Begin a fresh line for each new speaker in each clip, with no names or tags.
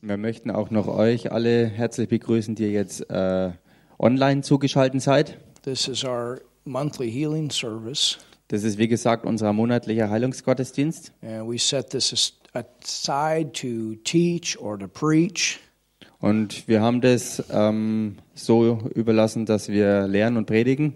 Wir möchten auch noch euch alle herzlich begrüßen, die ihr jetzt äh, online zugeschaltet seid.
This is our monthly healing service,
Das ist, wie gesagt, unser monatlicher Heilungsgottesdienst.
and we set this as- aside to teach or to preach.
Und wir haben das ähm, so überlassen, dass wir lernen und predigen.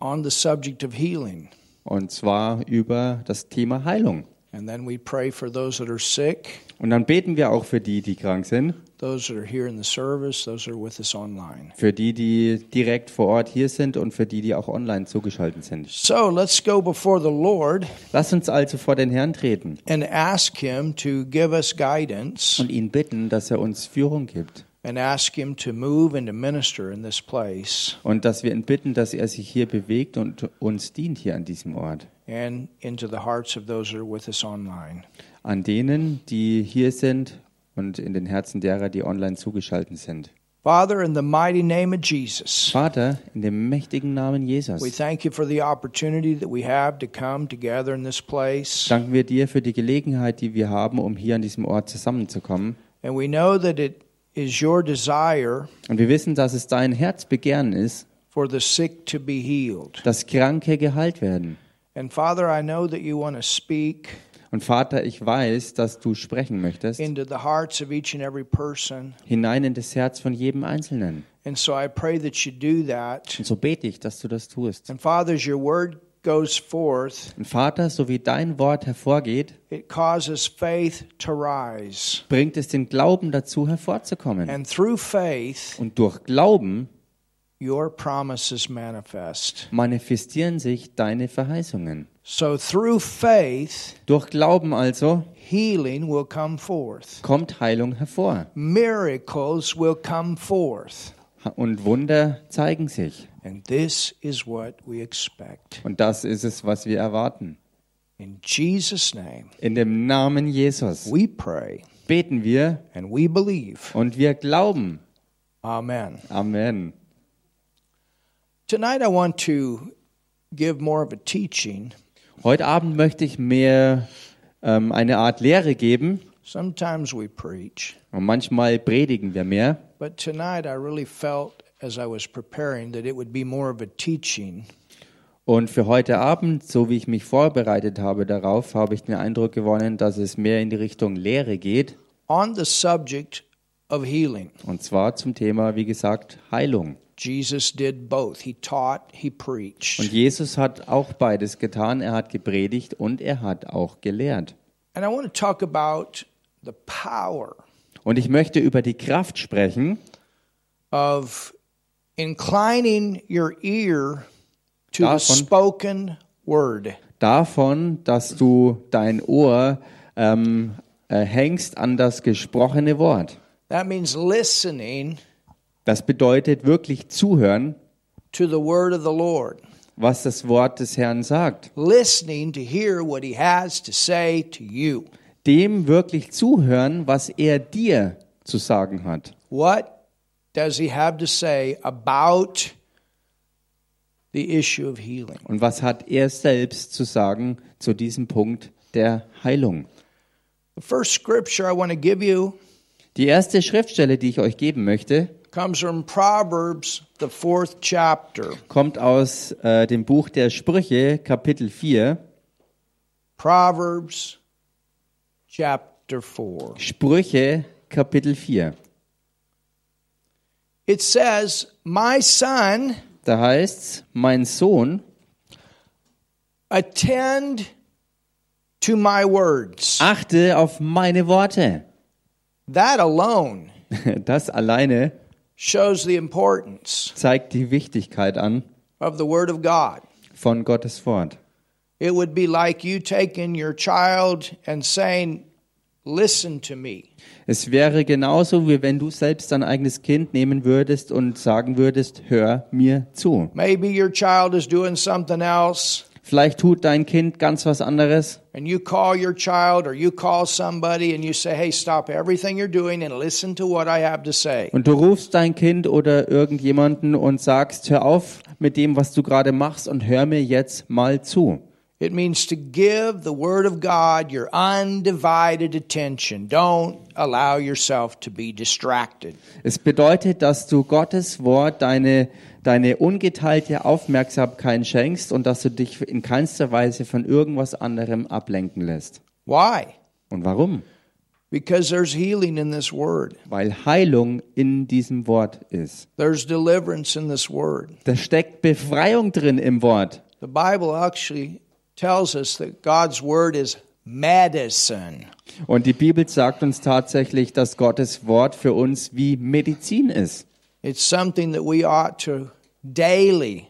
on the subject of healing.
Und zwar über das Thema Heilung.
And then we pray for those that are sick,
Und dann beten wir auch für die, die krank sind,
those that are here in the service, those that are with us online.
für die, die direkt vor Ort hier sind und für die, die auch online zugeschaltet sind.
So let's go before the Lord
Lasst uns also vor den Herrn treten
and ask Him to give us guidance
und ihn bitten, dass er uns Führung gibt.
and ask Him to move and to minister in this place.
Und dass wir ihn bitten, dass er sich hier bewegt und uns dient hier an diesem Ort.
And into the hearts of those that are with us online.
An denen, die hier sind und in den Herzen derer, die online zugeschaltet sind.
Father, in the mighty name of Jesus,
Vater, in dem mächtigen Namen
we
Jesus
thank you for the opportunity that we have to come together in this place.
danken wir dir für die Gelegenheit, die wir haben, um hier an diesem Ort zusammenzukommen.
And we know that it is your desire
Und wir wissen, dass es dein Herzbegehren ist,
for the sick to be healed.
dass Kranke geheilt werden.
And Father, I know that you want to speak
Und Vater, ich weiß, dass du sprechen möchtest,
into the hearts of each and every person.
hinein in das Herz von jedem Einzelnen.
And so I pray that you do that.
Und so bete ich, dass du das tust.
And Father, as your word goes forth,
Und Vater, so wie dein Wort hervorgeht,
it causes faith to rise.
bringt es den Glauben dazu hervorzukommen.
And through faith,
Und durch Glauben
your promises manifest.
manifestieren sich deine Verheißungen.
So through faith,
Durch Glauben also
healing will come forth,
kommt Heilung hervor
miracles will come forth.
und Wunder zeigen sich.
And this is what we expect.
Und das ist es, was wir erwarten.
In Jesus' name,
In dem Namen Jesus
we pray.
beten wir
and we believe.
und wir glauben.
Amen.
Amen.
Tonight I want to give more of a teaching.
Heute Abend möchte ich mir ähm, eine Art Lehre geben.
Sometimes we preach,
Und manchmal predigen wir mehr.
but tonight I really felt as I was preparing that it would be more of a teaching
Und für heute Abend, so wie ich mich vorbereitet habe darauf, habe ich den Eindruck gewonnen, dass es mehr in die Richtung Lehre geht.
on the subject of healing.
Und zwar zum Thema, wie gesagt, Heilung.
Jesus did both. He taught, he preached.
Und Jesus hat auch beides getan. Er hat gepredigt und er hat auch gelehrt.
And I want to talk about the power
Und ich möchte über die Kraft sprechen,
of inclining your ear to the
Davon-
spoken word.
davon, dass du dein Ohr ähm, äh, hängst an das gesprochene Wort.
That means listening
Das bedeutet wirklich zuhören,
to the word of the Lord,
was das Wort des Herrn sagt.
listening to hear what he has to say to you.
dem wirklich zuhören, was er dir zu sagen hat.
What does he have to say about the issue of healing?
Und was hat er selbst zu sagen zu diesem Punkt der Heilung?
The first scripture I want to give you
Die erste Schriftstelle, die ich euch geben möchte,
comes from Proverbs, the fourth chapter.
kommt aus äh, dem Buch der Sprüche, Kapitel 4,
Proverbs, chapter 4.
Sprüche, Kapitel 4.
It says, My son,
Da heißt's, mein Sohn,
attend to my words.
achte auf meine Worte.
That alone
Das alleine
shows the importance
zeigt die Wichtigkeit an
of the Word of God.
von Gottes Wort.
It would be like you taking your child and saying, Listen to me.
Es wäre genauso, wie wenn du selbst dein eigenes Kind nehmen würdest und sagen würdest, hör mir zu.
Maybe your child is doing something else,
Vielleicht tut dein Kind ganz was anderes
and you call your child or you call somebody and you say, Hey, stop everything you're doing and listen to what I have to say.
und du rufst dein Kind oder irgendjemanden und sagst, hör auf mit dem, was du gerade machst und hör mir jetzt mal zu.
It means to give the Word of God your undivided attention. Don't allow yourself to be distracted.
Es bedeutet, dass du Gottes Wort deine, deine ungeteilte Aufmerksamkeit schenkst und dass du dich in keinster Weise von irgendwas anderem ablenken lässt.
Why?
Und warum?
Because there's healing in this Word,
Weil Heilung in diesem Wort ist.
there's deliverance in this Word.
Da steckt Befreiung drin im Wort.
The Bible actually tells us that God's Word is medicine.
Und die Bibel sagt uns tatsächlich, dass Gottes Wort für uns wie Medizin ist.
It's something that we ought to daily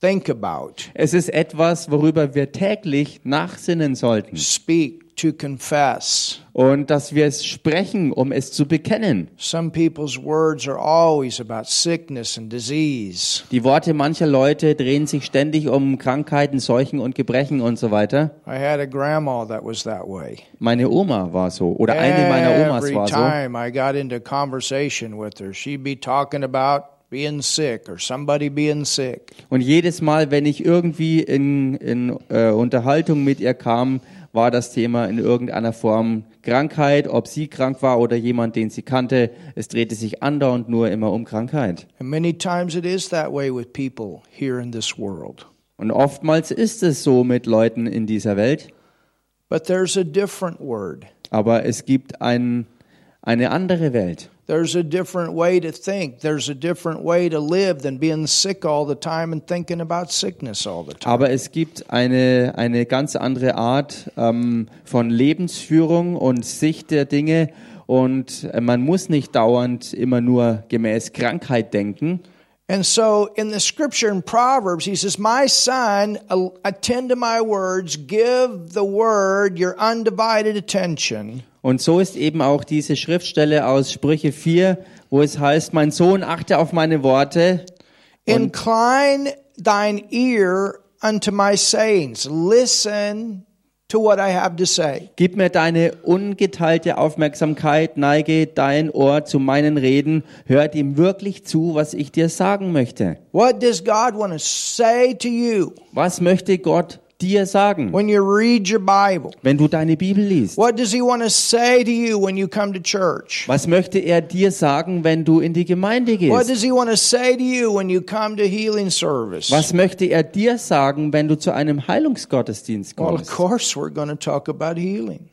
think about,
Es ist etwas, worüber wir täglich nachsinnen sollten
speak to confess.
und dass wir es sprechen, um es zu bekennen.
Some people's words are always about sickness and disease.
Die Worte mancher Leute drehen sich ständig um Krankheiten, Seuchen und Gebrechen und so weiter.
I had a grandma that was that way.
Meine Oma war so oder eine meiner Omas
Every
war so.
time I got into conversation with her, she'd be talking about being sick or somebody being sick.
Und jedes Mal, wenn ich irgendwie in, in äh, Unterhaltung mit ihr kam, war das Thema in irgendeiner Form Krankheit, ob sie krank war oder jemand, den sie kannte. Es drehte sich andauernd nur immer um Krankheit.
And many times it is that way with people here in this world.
Und oftmals ist es so mit Leuten in dieser Welt.
But there's a different word.
Aber es gibt ein, eine andere Welt.
There's a different way to think. There's a different way to live than being sick all the time and thinking about sickness all the time.
Aber es gibt eine, eine ganz andere Art ähm, von Lebensführung und Sicht der Dinge. Und äh, man muss nicht dauernd immer nur gemäß Krankheit denken.
And so in the scripture in Proverbs, he says, My son, a- attend to my words, give the word your undivided attention.
Und so ist eben auch diese Schriftstelle aus Sprüche 4, wo es heißt, mein Sohn, achte auf meine Worte,
Incline thine ear unto my sayings. Listen to what I have to say.
gib mir deine ungeteilte Aufmerksamkeit, neige dein Ohr zu meinen Reden, hör ihm wirklich zu, was ich dir sagen möchte.
What does God want to say to you
Was möchte Gott dir sagen,
when you read your Bible?
wenn du deine Bibel liest?
What does he want to say to you when you come to church?
Was möchte er dir sagen, wenn du in die Gemeinde
What
gehst?
does he want to say to you when you come to healing service?
Was möchte er dir sagen, wenn du zu einem Heilungsgottesdienst
Well, of
kommst?
course, we're going to talk about healing.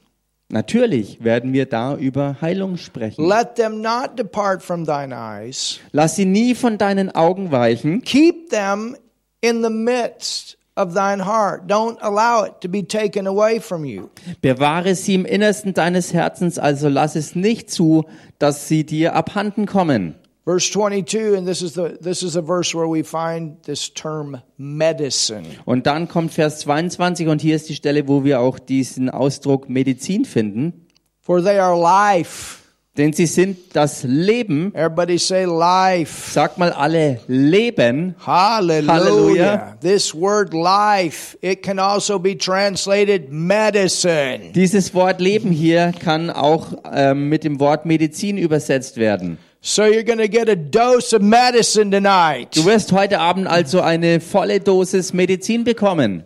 Natürlich werden wir da über Heilung sprechen.
Let them not depart from thine eyes.
Lass sie nie von deinen Augen weichen.
Keep them in the midst of thine heart. Don't allow it to be taken away from you.
Bewahre sie im Innersten deines Herzens, also lass es nicht zu, dass sie dir abhanden kommen.
Verse 22, and this is the this is a verse where we find this term medicine.
Und dann kommt Vers 22 und hier ist die Stelle, wo wir auch diesen Ausdruck Medizin finden.
For they are life.
Denn sie sind das Leben.
Everybody say life.
Sag mal alle Leben.
Hallelujah.
Hallelujah.
This word life, it can also be translated medicine.
Dieses Wort Leben hier kann auch ähm, mit dem Wort Medizin übersetzt werden.
So you're going to get a dose of medicine tonight.
Du wirst heute Abend also eine volle Dosis Medizin bekommen.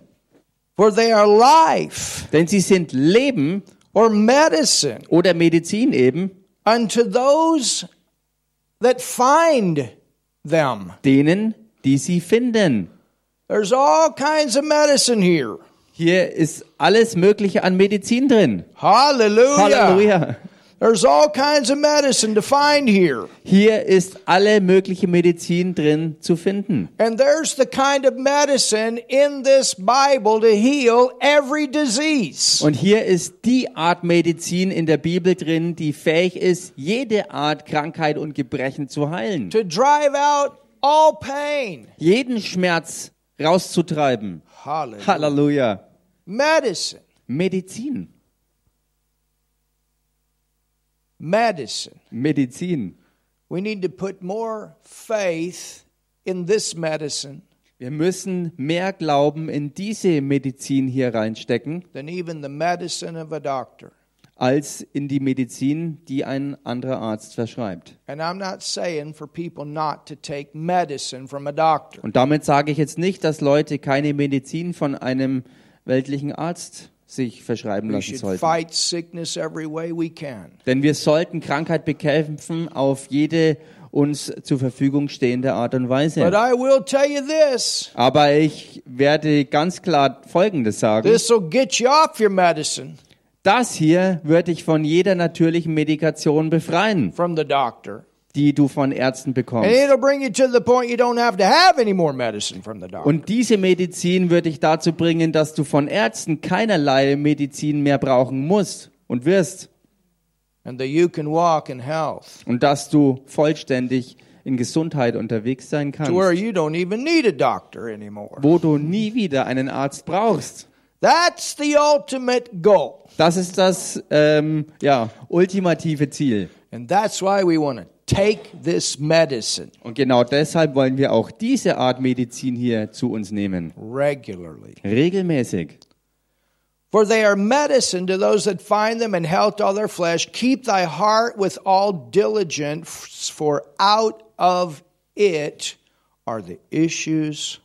For they are life
Denn sie sind Leben
or medicine
oder Medizin eben
unto those that find them.
denen, die sie finden.
There's all kinds of medicine here.
Hier ist alles Mögliche an Medizin drin.
Hallelujah.
Halleluja.
There's all kinds of medicine to find here.
Hier ist alle mögliche Medizin drin zu finden.
And there's the kind of medicine in this Bible to heal every disease.
Und hier ist die Art Medizin in der Bibel drin, die fähig ist, jede Art Krankheit und Gebrechen zu heilen.
to drive out all pain.
jeden Schmerz rauszutreiben.
Hallelujah.
Halleluja.
Medicine.
Medizin.
Medicine.
Medizin.
We need to put more faith in this medicine
Wir müssen mehr Glauben in diese Medizin hier reinstecken,
than even the medicine of a doctor.
als in die Medizin, die ein anderer Arzt verschreibt.
And I'm not saying for people not to take medicine from a doctor.
Und damit sage ich jetzt nicht, dass Leute keine Medizin von einem weltlichen Arzt sich verschreiben
We
lassen
should
sollten.
fight sickness every way we can.
Denn wir sollten Krankheit bekämpfen auf jede uns zur Verfügung stehende Art und
But
Weise.
I will tell you this
Aber ich werde ganz klar Folgendes sagen.
this will get you off your medicine
Das hier wird dich von jeder natürlichen Medikation befreien,
from the doctor.
die du von Ärzten
And
bekommst.
it'll bring you to the point you don't have to have any more medicine from the doctor.
Und diese Medizin wird dich dazu bringen, dass du von Ärzten keinerlei Medizin mehr brauchen musst und wirst.
And that you can walk in health
Und dass du vollständig in Gesundheit unterwegs sein
to where
kannst,
you don't even need a doctor anymore.
wo du nie wieder einen Arzt brauchst.
That's the ultimate goal.
Das ist das ähm, ja, ultimative Ziel.
And that's why we want to take this medicine
Und genau deshalb wollen wir auch diese Art Medizin hier zu uns nehmen.
regularly.
Regelmäßig.
For they are medicine to those that find them and health to all their flesh. Keep thy heart with all diligence, for out of it are the issues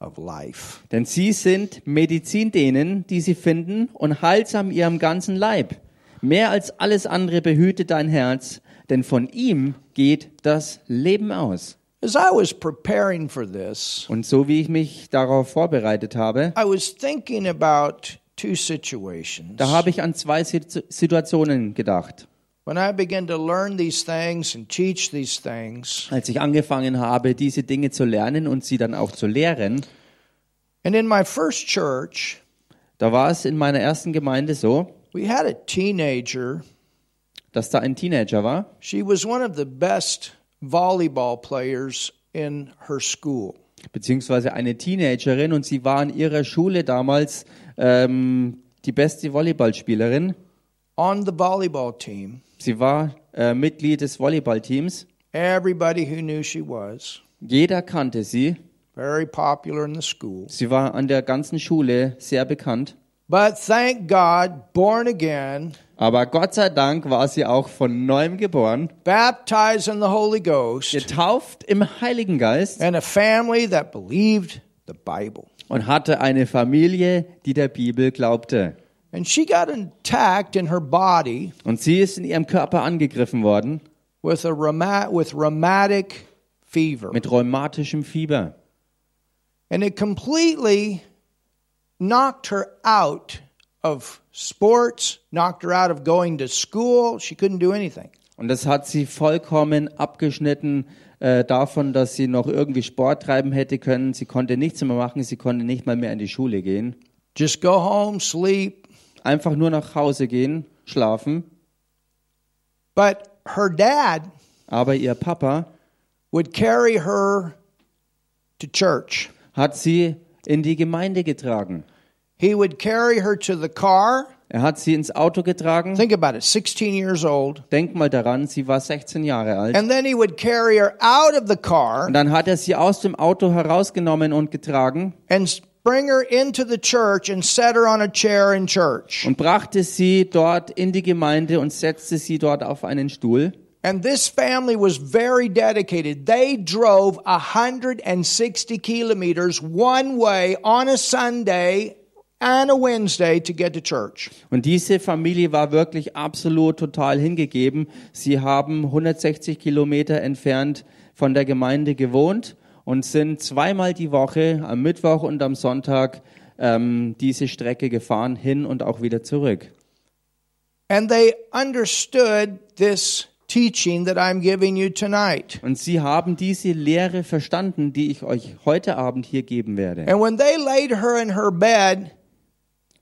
of life.
Denn sie sind Medizin denen, die sie finden, und heilsam ihrem ganzen Leib. Mehr als alles andere behüte dein Herz, denn von ihm geht das Leben aus.
As I was preparing for this,
Und so wie ich mich darauf vorbereitet habe,
I was thinking about two situations.
da habe ich an zwei Sit- Situationen gedacht.
When I began to learn these things and teach these things,
Als ich angefangen habe, diese Dinge zu lernen und sie dann auch zu lehren,
and in my first church,
da war es in meiner ersten Gemeinde so,
we had a teenager.
dass da ein Teenager war.
She was one of the best volleyball players in her school.
beziehungsweise eine Teenagerin und sie war in ihrer Schule damals ähm, die beste Volleyballspielerin.
On the volleyball team,
Sie war äh, Mitglied des Volleyballteams.
everybody who knew she was,
Jeder kannte sie.
very popular in the school.
Sie war an der ganzen Schule sehr bekannt.
But thank God, born again,
Aber Gott sei Dank war sie auch von neuem geboren,
baptized in the Holy Ghost,
getauft im Heiligen Geist
and a family that believed the Bible.
und hatte eine Familie, die der Bibel glaubte.
And she got attacked in her body
Und sie ist in ihrem Körper angegriffen worden
with a rheuma- with rheumatic fever.
mit rheumatischem Fieber.
And it completely knocked her out of sports, knocked her out of going to school. She couldn't do anything.
Und das hat sie vollkommen abgeschnitten äh, davon, dass sie noch irgendwie Sport treiben hätte können. Sie konnte nichts mehr machen, sie konnte nicht mal mehr in die Schule gehen.
Just go home, sleep.
Einfach nur nach Hause gehen, schlafen.
But her dad
Aber ihr Papa
would carry her to church.
hat sie in die Gemeinde getragen.
He would carry her to the car.
Er hat sie ins Auto getragen.
Think about it, 16 years old.
Denk mal daran, sie war 16 Jahre alt.
And then he would carry her out of the car
Und dann hat er sie aus dem Auto herausgenommen und getragen
and bring her into the church and set her on a chair in church.
und brachte sie dort in die Gemeinde und setzte sie dort auf einen Stuhl.
And this family was very dedicated. They drove 160 kilometers one way on a Sunday and a Wednesday to get to church.
Und diese Familie war wirklich absolut total hingegeben. Sie haben 160 Kilometer entfernt von der Gemeinde gewohnt und sind zweimal die Woche, am Mittwoch und am Sonntag, ähm, diese Strecke gefahren, hin und auch wieder zurück.
And they understood this teaching that I'm giving you tonight.
Und sie haben diese Lehre verstanden, die ich euch heute Abend hier geben werde.
And when they laid her in her bed,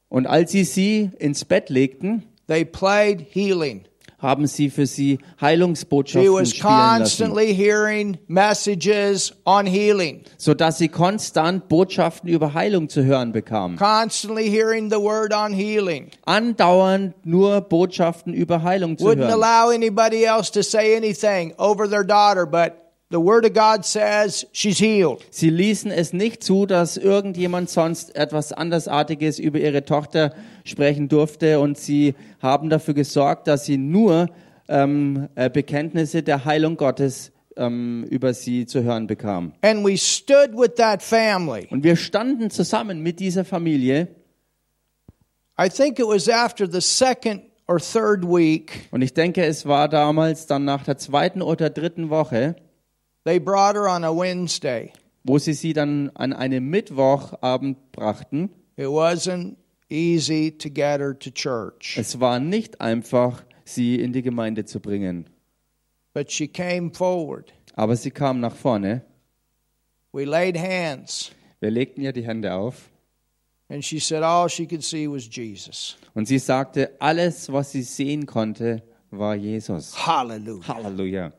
Und als sie sie ins Bett legten,
they played healing.
haben sie für sie
She
Heilungsbotschaften
was
spielen lassen.
constantly hearing messages on healing,
sodass sie konstant Botschaften über Heilung zu hören bekamen.
constantly hearing the word on healing.
Andauernd nur Botschaften über Heilung zu
wouldn't
hören.
allow anybody else to say anything over their daughter, but the Word of God says she's healed.
Sie ließen es nicht zu, dass irgendjemand sonst etwas andersartiges über ihre Tochter sprechen durfte und sie haben dafür gesorgt, dass sie nur ähm, äh, Bekenntnisse der Heilung Gottes ähm, über sie zu hören bekamen.
And we stood with that family
Und wir standen zusammen mit dieser Familie
I think it was after the second or third week,
Und ich denke, es war damals dann nach der zweiten oder dritten Woche,
they brought her on a Wednesday.
wo sie sie dann an einem Mittwochabend brachten.
It wasn't easy to get her to church,
Es war nicht einfach, sie in die Gemeinde zu bringen.
but she came forward.
Aber sie kam nach vorne.
We laid hands,
Wir legten ihr die Hände auf.
and she said all she could see was Jesus.
Und sie sagte, alles, was sie sehen konnte, war Jesus.
Hallelujah.
Halleluja.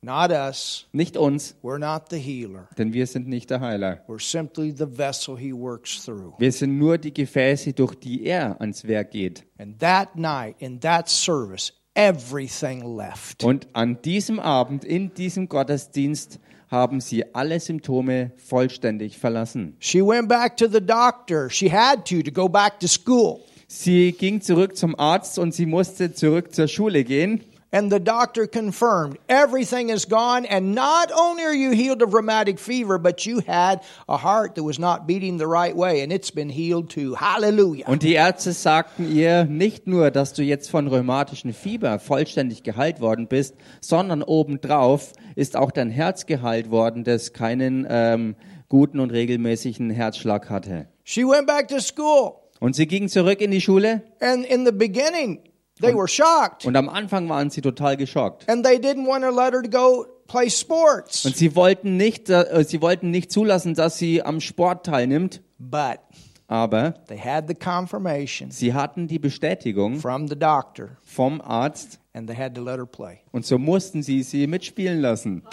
Not us.
Nicht uns,
We're not the healer.
denn wir sind nicht der Heiler.
We're simply the vessel he works through.
Wir sind nur die Gefäße, durch die er ans Werk geht.
And that night, in that service, everything left.
Und an diesem Abend, in diesem Gottesdienst, haben sie alle Symptome vollständig verlassen.
She went back to the doctor. She had to to go back to school.
Sie ging zurück zum Arzt und sie musste zurück zur Schule gehen.
And the doctor confirmed everything is gone. And not only are you healed of rheumatic fever, but you had a heart that was not beating the right way, and it's been healed too. Hallelujah.
Und die Ärzte sagten ihr nicht nur, dass du jetzt von rheumatischem Fieber vollständig geheilt worden bist, sondern obendrauf ist auch dein Herz geheilt worden, das keinen ähm, guten und regelmäßigen Herzschlag hatte.
She went back to school.
Und sie ging zurück in die Schule
And in the beginning, they were shocked.
und am Anfang waren sie total geschockt.
And they didn't want to let her to go play sports.
Und sie wollten nicht, äh, sie wollten nicht zulassen, dass sie am Sport teilnimmt,
But
aber
they had the confirmation
sie hatten die Bestätigung
from the doctor,
vom Arzt
and they had to let her play.
und so mussten sie sie mitspielen lassen.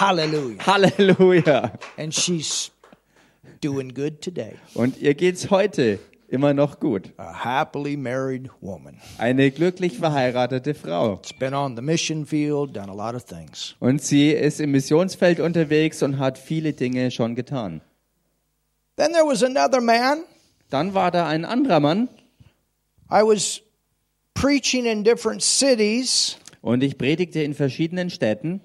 Hallelujah.
Halleluja!
And she's doing good today.
Und ihr geht's heute immer noch gut.
A happily married woman.
Eine glücklich verheiratete Frau.
It's been on the mission field, done a lot of things.
Und sie ist im Missionsfeld unterwegs und hat viele Dinge schon getan.
Then there was another man.
Dann war da ein anderer Mann
I was preaching in different cities,
und ich predigte in verschiedenen Städten.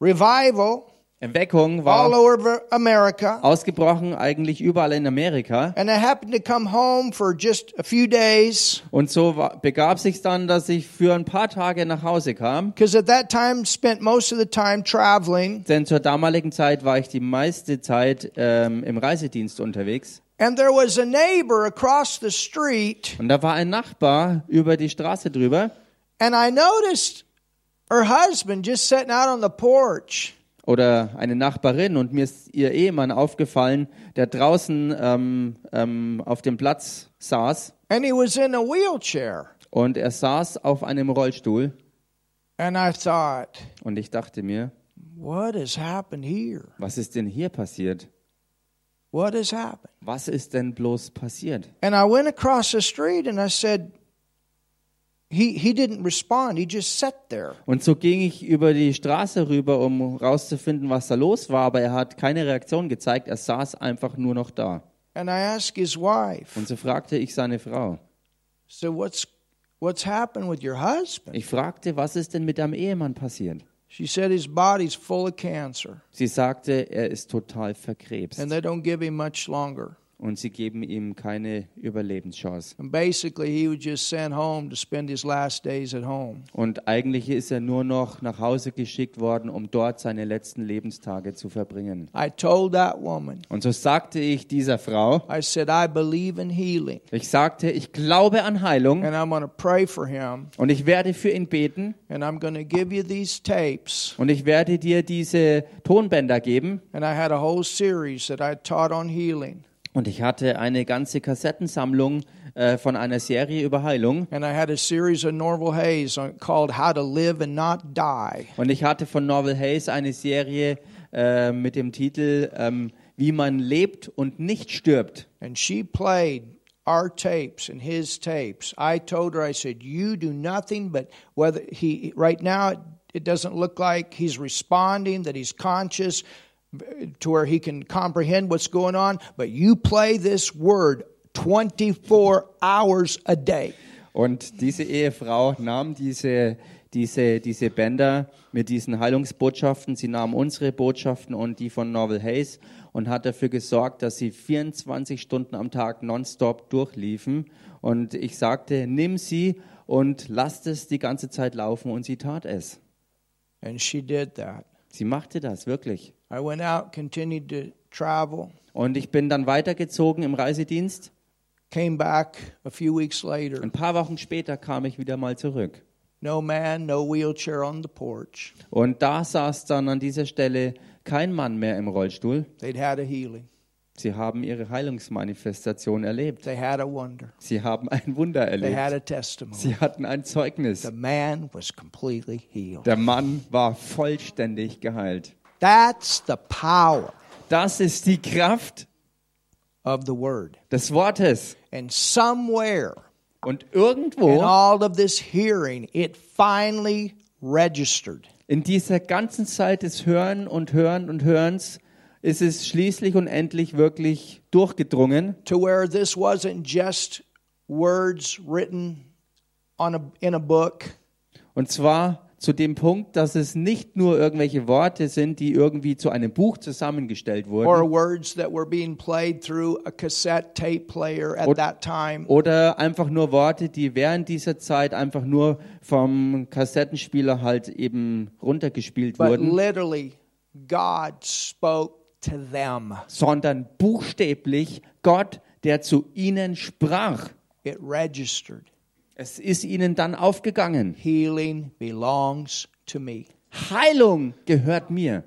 revival
Erweckung
all
war
over America.
ausgebrochen eigentlich überall in Amerika.
And I happened to come home for just a few days
Und so wa- begab sich dann, dass ich für ein paar Tage nach Hause kam.
because at that time spent most of the time traveling.
Denn zur damaligen Zeit war ich die meiste Zeit ähm, im Reisedienst unterwegs.
And there was a neighbor across the street,
Und da war ein Nachbar über die Straße drüber.
and I noticed her husband just sitting out on the porch.
oder eine Nachbarin und mir ist ihr Ehemann aufgefallen, der draußen ähm, ähm, auf dem Platz saß
And he was in a wheelchair.
und er saß auf einem Rollstuhl
And I thought,
und ich dachte mir,
what has happened here?
was ist denn hier passiert?
What has happened?
Was ist denn bloß passiert?
And I went across the street and I said, he, he didn't respond. He just sat there.
Und so ging ich über die Straße rüber, um rauszufinden, was da los war, aber er hat keine Reaktion gezeigt, er saß einfach nur noch da.
And I asked his wife, I
Und so fragte ich seine Frau.
said, what's, what's happened with your husband?
Ich fragte, was ist denn mit deinem Ehemann passiert?
She said his body's full of cancer
Sie sagte, er ist total verkrebst.
and they don't give him much longer.
und sie geben ihm keine Überlebenschance.
And basically, he was just sent home to spend his last days at home.
Und eigentlich ist er nur noch nach Hause geschickt worden, um dort seine letzten Lebenstage zu verbringen.
I told that woman,
Und so sagte ich dieser Frau,
I said, I believe in healing,
ich sagte, ich glaube an Heilung
and I'm going to pray for him,
und ich werde für ihn beten
and I'm going to give you these tapes.
und ich werde dir diese Tonbänder geben.
And I had a whole series that I taught on healing,
Und ich hatte eine ganze Kassettensammlung äh, von einer Serie über Heilung.
and I had a series of Norval Hayes on, called How to Live and Not Die.
Und ich hatte von Norval Hayes eine Serie äh, mit dem Titel ähm, Wie man lebt und nicht stirbt.
And she played our tapes and his tapes. I told her, I said, You do nothing but whether he, right now, it, it doesn't look like he's responding, that he's conscious b- to where he can comprehend what's going on, but you play this word 24 hours a day.
Und diese Ehefrau nahm diese, diese, diese Bänder mit diesen Heilungsbotschaften. Sie nahm unsere Botschaften und die von Norval Hayes und hat dafür gesorgt, dass sie 24 Stunden am Tag nonstop durchliefen. Und ich sagte, nimm sie und lass es die ganze Zeit laufen. Und sie tat es.
And she did that.
Sie machte das wirklich.
I went out, continued to travel,
Und ich bin dann weitergezogen im Reisedienst.
came back a few weeks later.
Ein paar Wochen später kam ich wieder mal zurück.
No man, no wheelchair on the porch.
Und da saß dann an dieser Stelle kein Mann mehr im Rollstuhl.
They'd had a healing,
Sie haben ihre Heilungsmanifestation erlebt.
they had a wonder,
Sie haben ein Wunder
they had
erlebt.
a testimony.
Sie hatten ein Zeugnis.
The man was completely healed.
Der Mann war vollständig geheilt.
That's the power
Das ist die Kraft
of the word.
des Wortes.
And somewhere
Und
in
irgendwo
all of this hearing, it finally registered.
in dieser ganzen Zeit des Hören und Hören und Hörens ist es schließlich und endlich wirklich durchgedrungen,
to where this wasn't just words written on a, in a book,
Und zwar zu dem Punkt, dass es nicht nur irgendwelche Worte sind, die irgendwie zu einem Buch zusammengestellt
or
wurden
words that were being played through a cassette tape player at
Or-
that time.
oder einfach nur Worte, die während dieser Zeit einfach nur vom Kassettenspieler halt eben runtergespielt
But
wurden,
literally, God spoke to them.
sondern buchstäblich Gott, der zu ihnen sprach.
It registered.
Es ist ihnen dann aufgegangen.
Healing belongs to me.
Heilung gehört mir.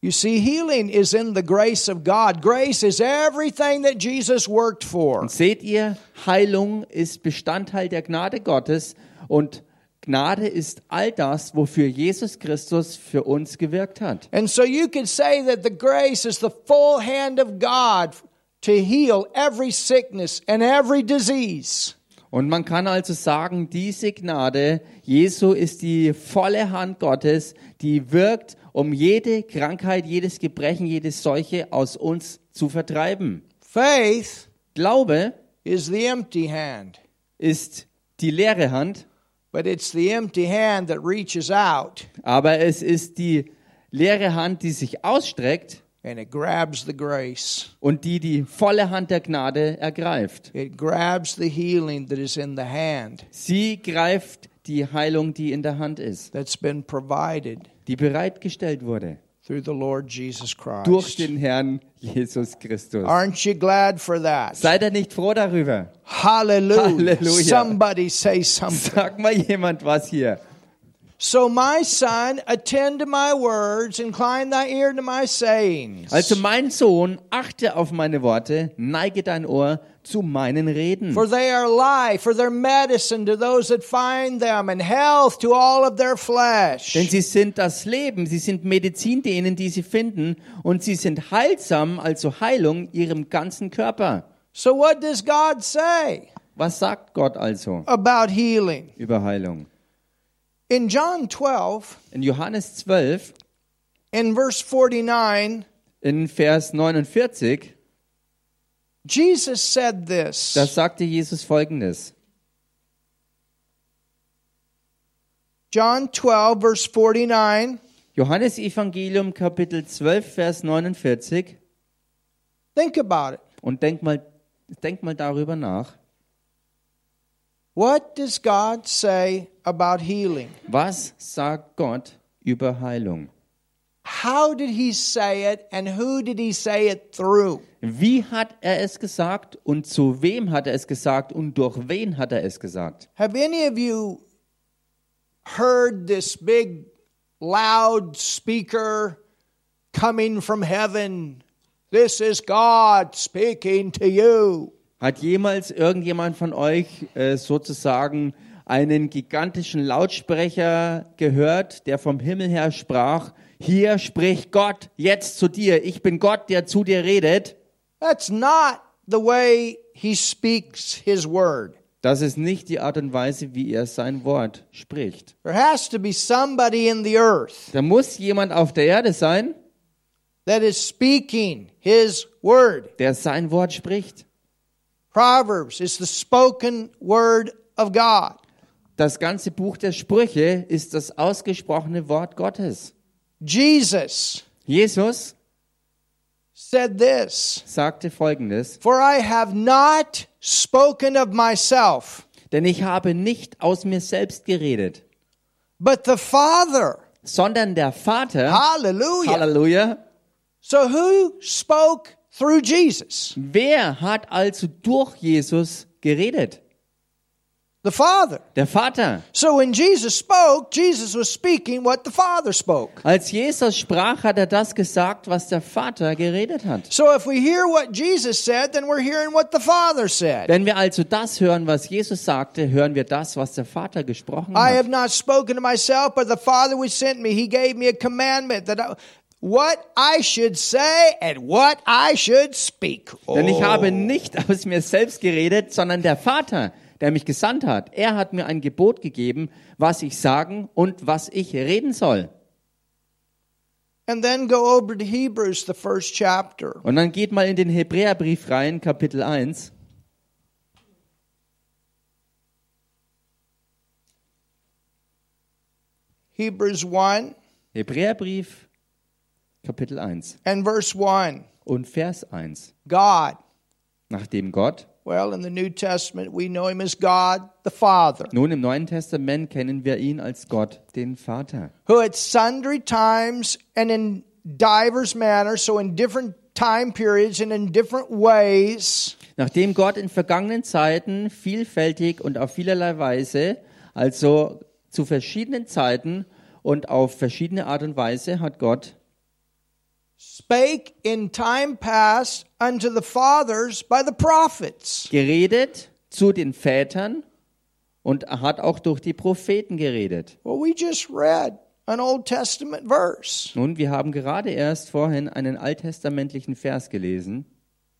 You see, healing is in the grace of God. Grace is everything that Jesus worked for.
Und seht ihr, Heilung ist Bestandteil der Gnade Gottes und Gnade ist all das, wofür Jesus Christus für uns gewirkt hat.
And so you could say that the grace is the full hand of God to heal every sickness and every disease.
Und man kann also sagen, diese Gnade Jesu ist die volle Hand Gottes, die wirkt, um jede Krankheit, jedes Gebrechen, jede Seuche aus uns zu vertreiben.
Faith
Glaube
is the empty hand,
ist die leere Hand,
but it's the empty hand that reaches out
aber es ist die leere Hand, die sich ausstreckt
and it grabs the grace.
und die die volle Hand der Gnade ergreift.
It grabs the healing that is in the hand
Sie greift die Heilung, die in der Hand ist,
that's been provided
die bereitgestellt wurde
through the Lord Jesus
durch
Christ.
den Herrn Jesus Christus.
Aren't you glad for that?
Seid ihr nicht froh darüber?
Hallelujah.
Hallelujah.
Somebody say something.
Sag mal jemand was hier.
So, my son, attend to my words, incline thy ear to my sayings.
Also mein Sohn, achte auf meine Worte, neige dein Ohr zu meinen Reden.
for they are life, for their medicine to those that find them, and health to all of their flesh.
Denn sie sind das Leben, sie sind Medizin denen, die sie finden, und sie sind heilsam, also Heilung ihrem ganzen Körper.
So, what does God say
Was sagt Gott also
about healing?
über Heilung?
In John 12,
In Johannes 12
in verse 49,
In Vers 49,
Jesus said this
da sagte Jesus folgendes.
John 12, verse 49.
Johannes Evangelium Kapitel 12 Vers 49
Think about it.
und denk mal denk mal darüber nach.
What does God say about healing?
Was sagt Gott über Heilung?
How did he say it and who did he say it through?
Wie hat er es gesagt und zu wem hat er es gesagt und durch wen hat er es gesagt?
Have any of you heard this big loud speaker coming from heaven? This is God speaking to you.
Hat jemals irgendjemand von euch äh, sozusagen einen gigantischen Lautsprecher gehört, der vom Himmel her sprach, hier spricht Gott jetzt zu dir, ich bin Gott, der zu dir redet.
That's not the way he speaks his word.
Das ist nicht die Art und Weise, wie er sein Wort spricht.
There has to be somebody in the earth
Da muss jemand auf der Erde sein,
that is speaking his word.
der sein Wort spricht.
Proverbs is the spoken word of God.
Das ganze Buch der Sprüche ist das ausgesprochene Wort Gottes.
Jesus
Jesus
said this
sagte folgendes:
For I have not spoken of myself,
Denn ich habe nicht aus mir selbst geredet,
but the Father.
sondern der Vater,
Hallelujah.
Halleluja,
So who spoke through Jesus?
wer hat also durch Jesus geredet?
The Father.
Der Vater.
So when Jesus spoke, Jesus was speaking what the Father spoke.
Als Jesus sprach, hat er das gesagt, was der Vater geredet hat.
So if we hear what Jesus said, then we're hearing what the Father said.
Wenn wir also das hören, was Jesus sagte, hören wir das, was der Vater gesprochen
I
hat.
have not spoken to myself, but the Father which sent me, he gave me a commandment that I, what I should say and what I should speak.
Denn ich habe
Oh.
nicht aus mir selbst geredet, sondern der Vater, der mich gesandt hat. Er hat mir ein Gebot gegeben, was ich sagen und was ich reden soll.
Oh. And then go over to Hebrews, the first chapter.
Und dann geht mal in den Hebräerbrief rein, Kapitel 1.
Hebrews 1
Hebräerbrief, Kapitel 1
and verse 1.
und Vers 1.
God.
Nachdem Gott,
Well, in the New Testament, we know him as God the Father,
nun im Neuen Testament kennen wir ihn als Gott, den Vater.
who at sundry times and in divers manners, so in different time periods and in different ways,
Nachdem Gott in vergangenen Zeiten vielfältig und auf vielerlei Weise, also zu verschiedenen Zeiten und auf verschiedene Art und Weise, hat Gott
spake in time past unto the fathers by the prophets.
geredet zu den Vätern und hat auch durch die Propheten geredet.
Well, we just read an Old Testament verse.
Nun, wir haben gerade erst vorhin einen alttestamentlichen Vers gelesen,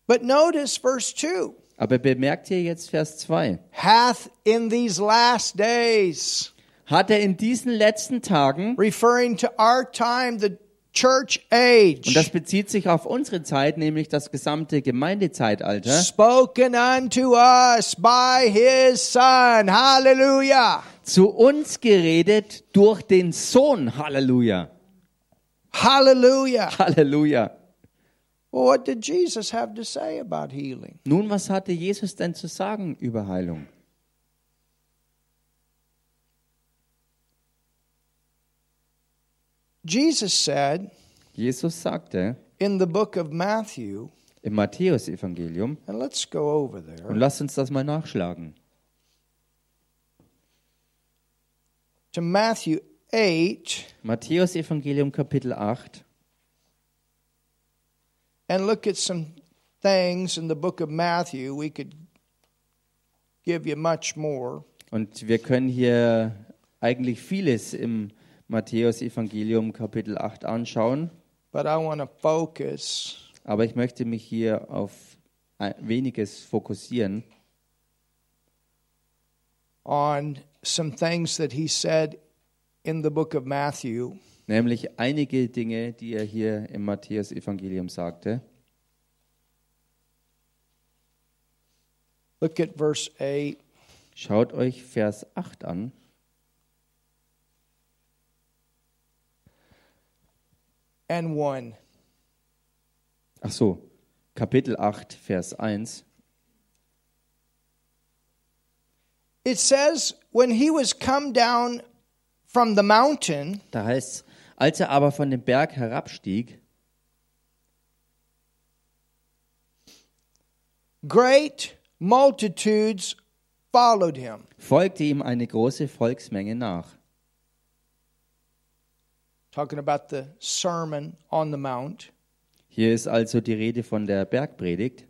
But notice verse 2
aber bemerkt hier jetzt Vers 2.
hath in these last days,
Hat er in diesen letzten Tagen,
referring to our time, the church age.
und das bezieht sich auf unsere Zeit, nämlich das gesamte Gemeindezeitalter,
spoken unto us by his son hallelujah
zu uns geredet durch den Sohn. Halleluja.
hallelujah
Halleluja.
well what did jesus have to say about healing
Nun, was hatte Jesus denn zu sagen über Heilung?
jesus said
Jesus sagte
in the book of matthew
im Matthäusevangelium,
and let's go over
und
there
lasst uns das mal nachschlagen,
to matthew 8
Matthäusevangelium Kapitel 8
and look at some things in the book of matthew we could give you much more
und wir können hier eigentlich vieles im Matthäusevangelium Kapitel 8 anschauen,
but i want to focus
aber ich möchte mich hier auf ein- weniges fokussieren.
on some things that he said in the book of matthew
Nämlich einige Dinge, die er hier im Matthäus-Evangelium sagte.
Look at verse 8.
Schaut euch Vers 8 an.
and 1.
Ach so, Kapitel 8, Vers 1.
It says, When he was come down from the mountain,
Da heißt es, als er aber von dem Berg herabstieg,
great multitudes followed him.
folgte ihm eine große Volksmenge nach.
Talking about the Sermon on the Mount.
Hier ist also die Rede von der Bergpredigt.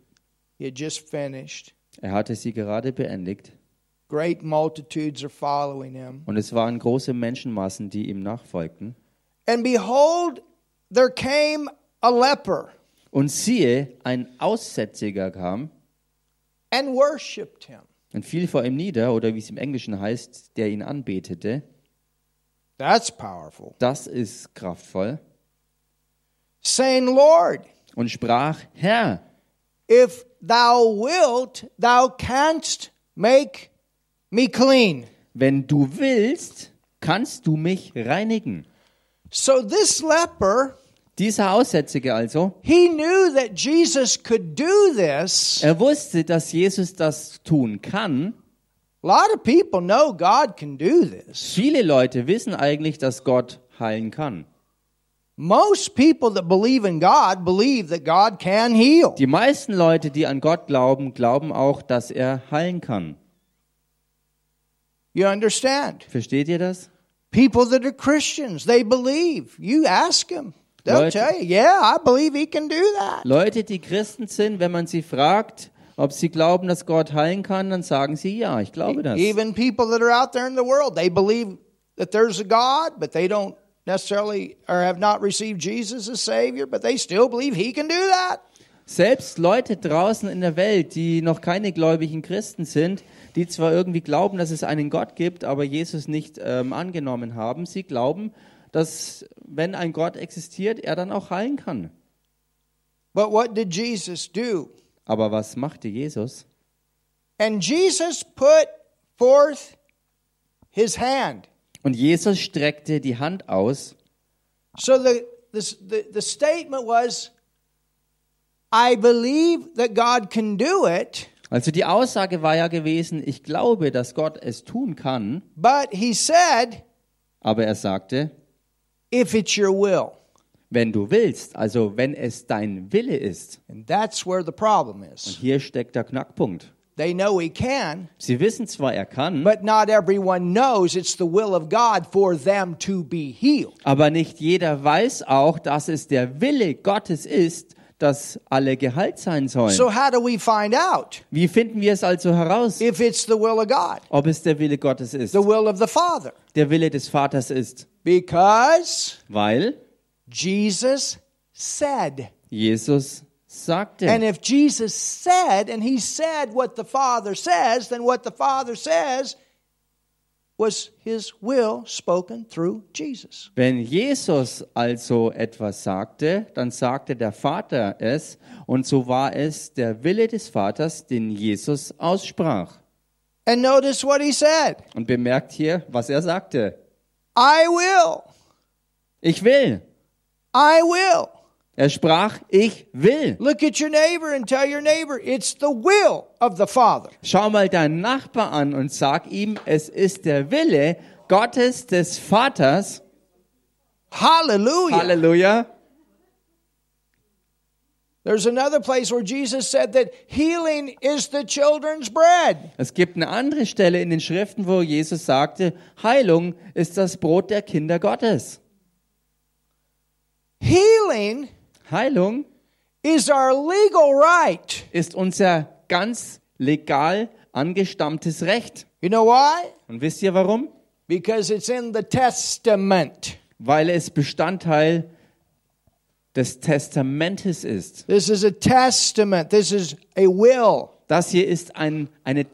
He had just finished.
Er hatte sie gerade beendigt
Great multitudes are following him.
und es waren große Menschenmassen, die ihm nachfolgten.
And behold, there came a leper
Und siehe, ein Aussätziger kam
and worshiped him.
und fiel vor ihm nieder, oder wie es im Englischen heißt, der ihn anbetete.
That's powerful.
Das ist kraftvoll.
Saying, Lord,
Und sprach, Herr,
if thou wilt, thou canst make me clean.
wenn du willst, kannst du mich reinigen.
So this leper,
Dieser Aussätzige also,
he knew that Jesus could do this.
er wusste, dass Jesus das tun kann.
A lot of people know God can do this.
Viele Leute wissen eigentlich, dass Gott heilen kann.
Most people that believe in God believe that God can heal.
Die meisten Leute, die an Gott glauben, glauben auch, dass er heilen kann.
You understand?
Versteht ihr das?
People that are Christians, they believe. You ask them. They'll
Leute-
tell you, yeah, I believe he can do that.
Leute, die Christen sind, wenn man sie fragt, ob sie glauben, dass Gott heilen kann, dann sagen sie, ja, ich
E-
glaube das.
Even people that are out there in the world, they believe that there's a God, but they don't necessarily or have not received Jesus as Savior, but they still believe he can do that.
Selbst Leute draußen in der Welt, die noch keine gläubigen Christen sind, die zwar irgendwie glauben, dass es einen Gott gibt, aber Jesus nicht ähm, angenommen haben, sie glauben, dass wenn ein Gott existiert, er dann auch heilen kann.
But what did Jesus do?
Aber was machte Jesus?
And Jesus put forth his hand.
Und Jesus streckte die Hand aus.
So the, the, the, the statement was, I believe that God can do it,
Also die Aussage war ja gewesen, ich glaube, dass Gott es tun kann,
but he said,
aber er sagte,
if it's your will.
wenn du willst, also wenn es dein Wille ist.
And that's where the problem is.
Hier steckt der Knackpunkt.
They know he can,
Sie wissen zwar, er kann,
but not everyone knows it's the will of God for them to be healed.
Aber nicht jeder weiß auch, dass es der Wille Gottes ist, dass alle geheilt sein sollen.
So, how do we find out
Wie finden wir es also heraus,
if it's the will of God,
ob es der Wille Gottes ist,
the will of the Father?
der Wille des Vaters ist?
Because
Weil
Jesus said.
Jesus
And
sagte.
if Jesus said, and he said what the Father says, then what the Father says was his will spoken through Jesus.
Wenn Jesus also etwas sagte, dann sagte der Vater es und so war es der Wille des Vaters, den Jesus aussprach.
And notice what he said
Und bemerkt hier, was er sagte.
I will,
Ich will.
I will.
Er sprach, ich will.
Look at your neighbor and tell your neighbor, it's the will of the Father.
Schau mal deinen Nachbar an und sag ihm, es ist der Wille Gottes des Vaters.
Hallelujah.
Halleluja.
There's another place where Jesus said that healing is the children's bread.
Es gibt eine andere Stelle in den Schriften, wo Jesus sagte, Heilung ist das Brot der Kinder Gottes.
Healing
Heilung
is our legal right.
ist unser ganz legal angestammtes Recht.
You know why?
Und wisst ihr warum?
Because it's in the Testament.
Weil es Bestandteil des Testamentes ist.
This is a testament. This is a will.
Das hier ist ein, eine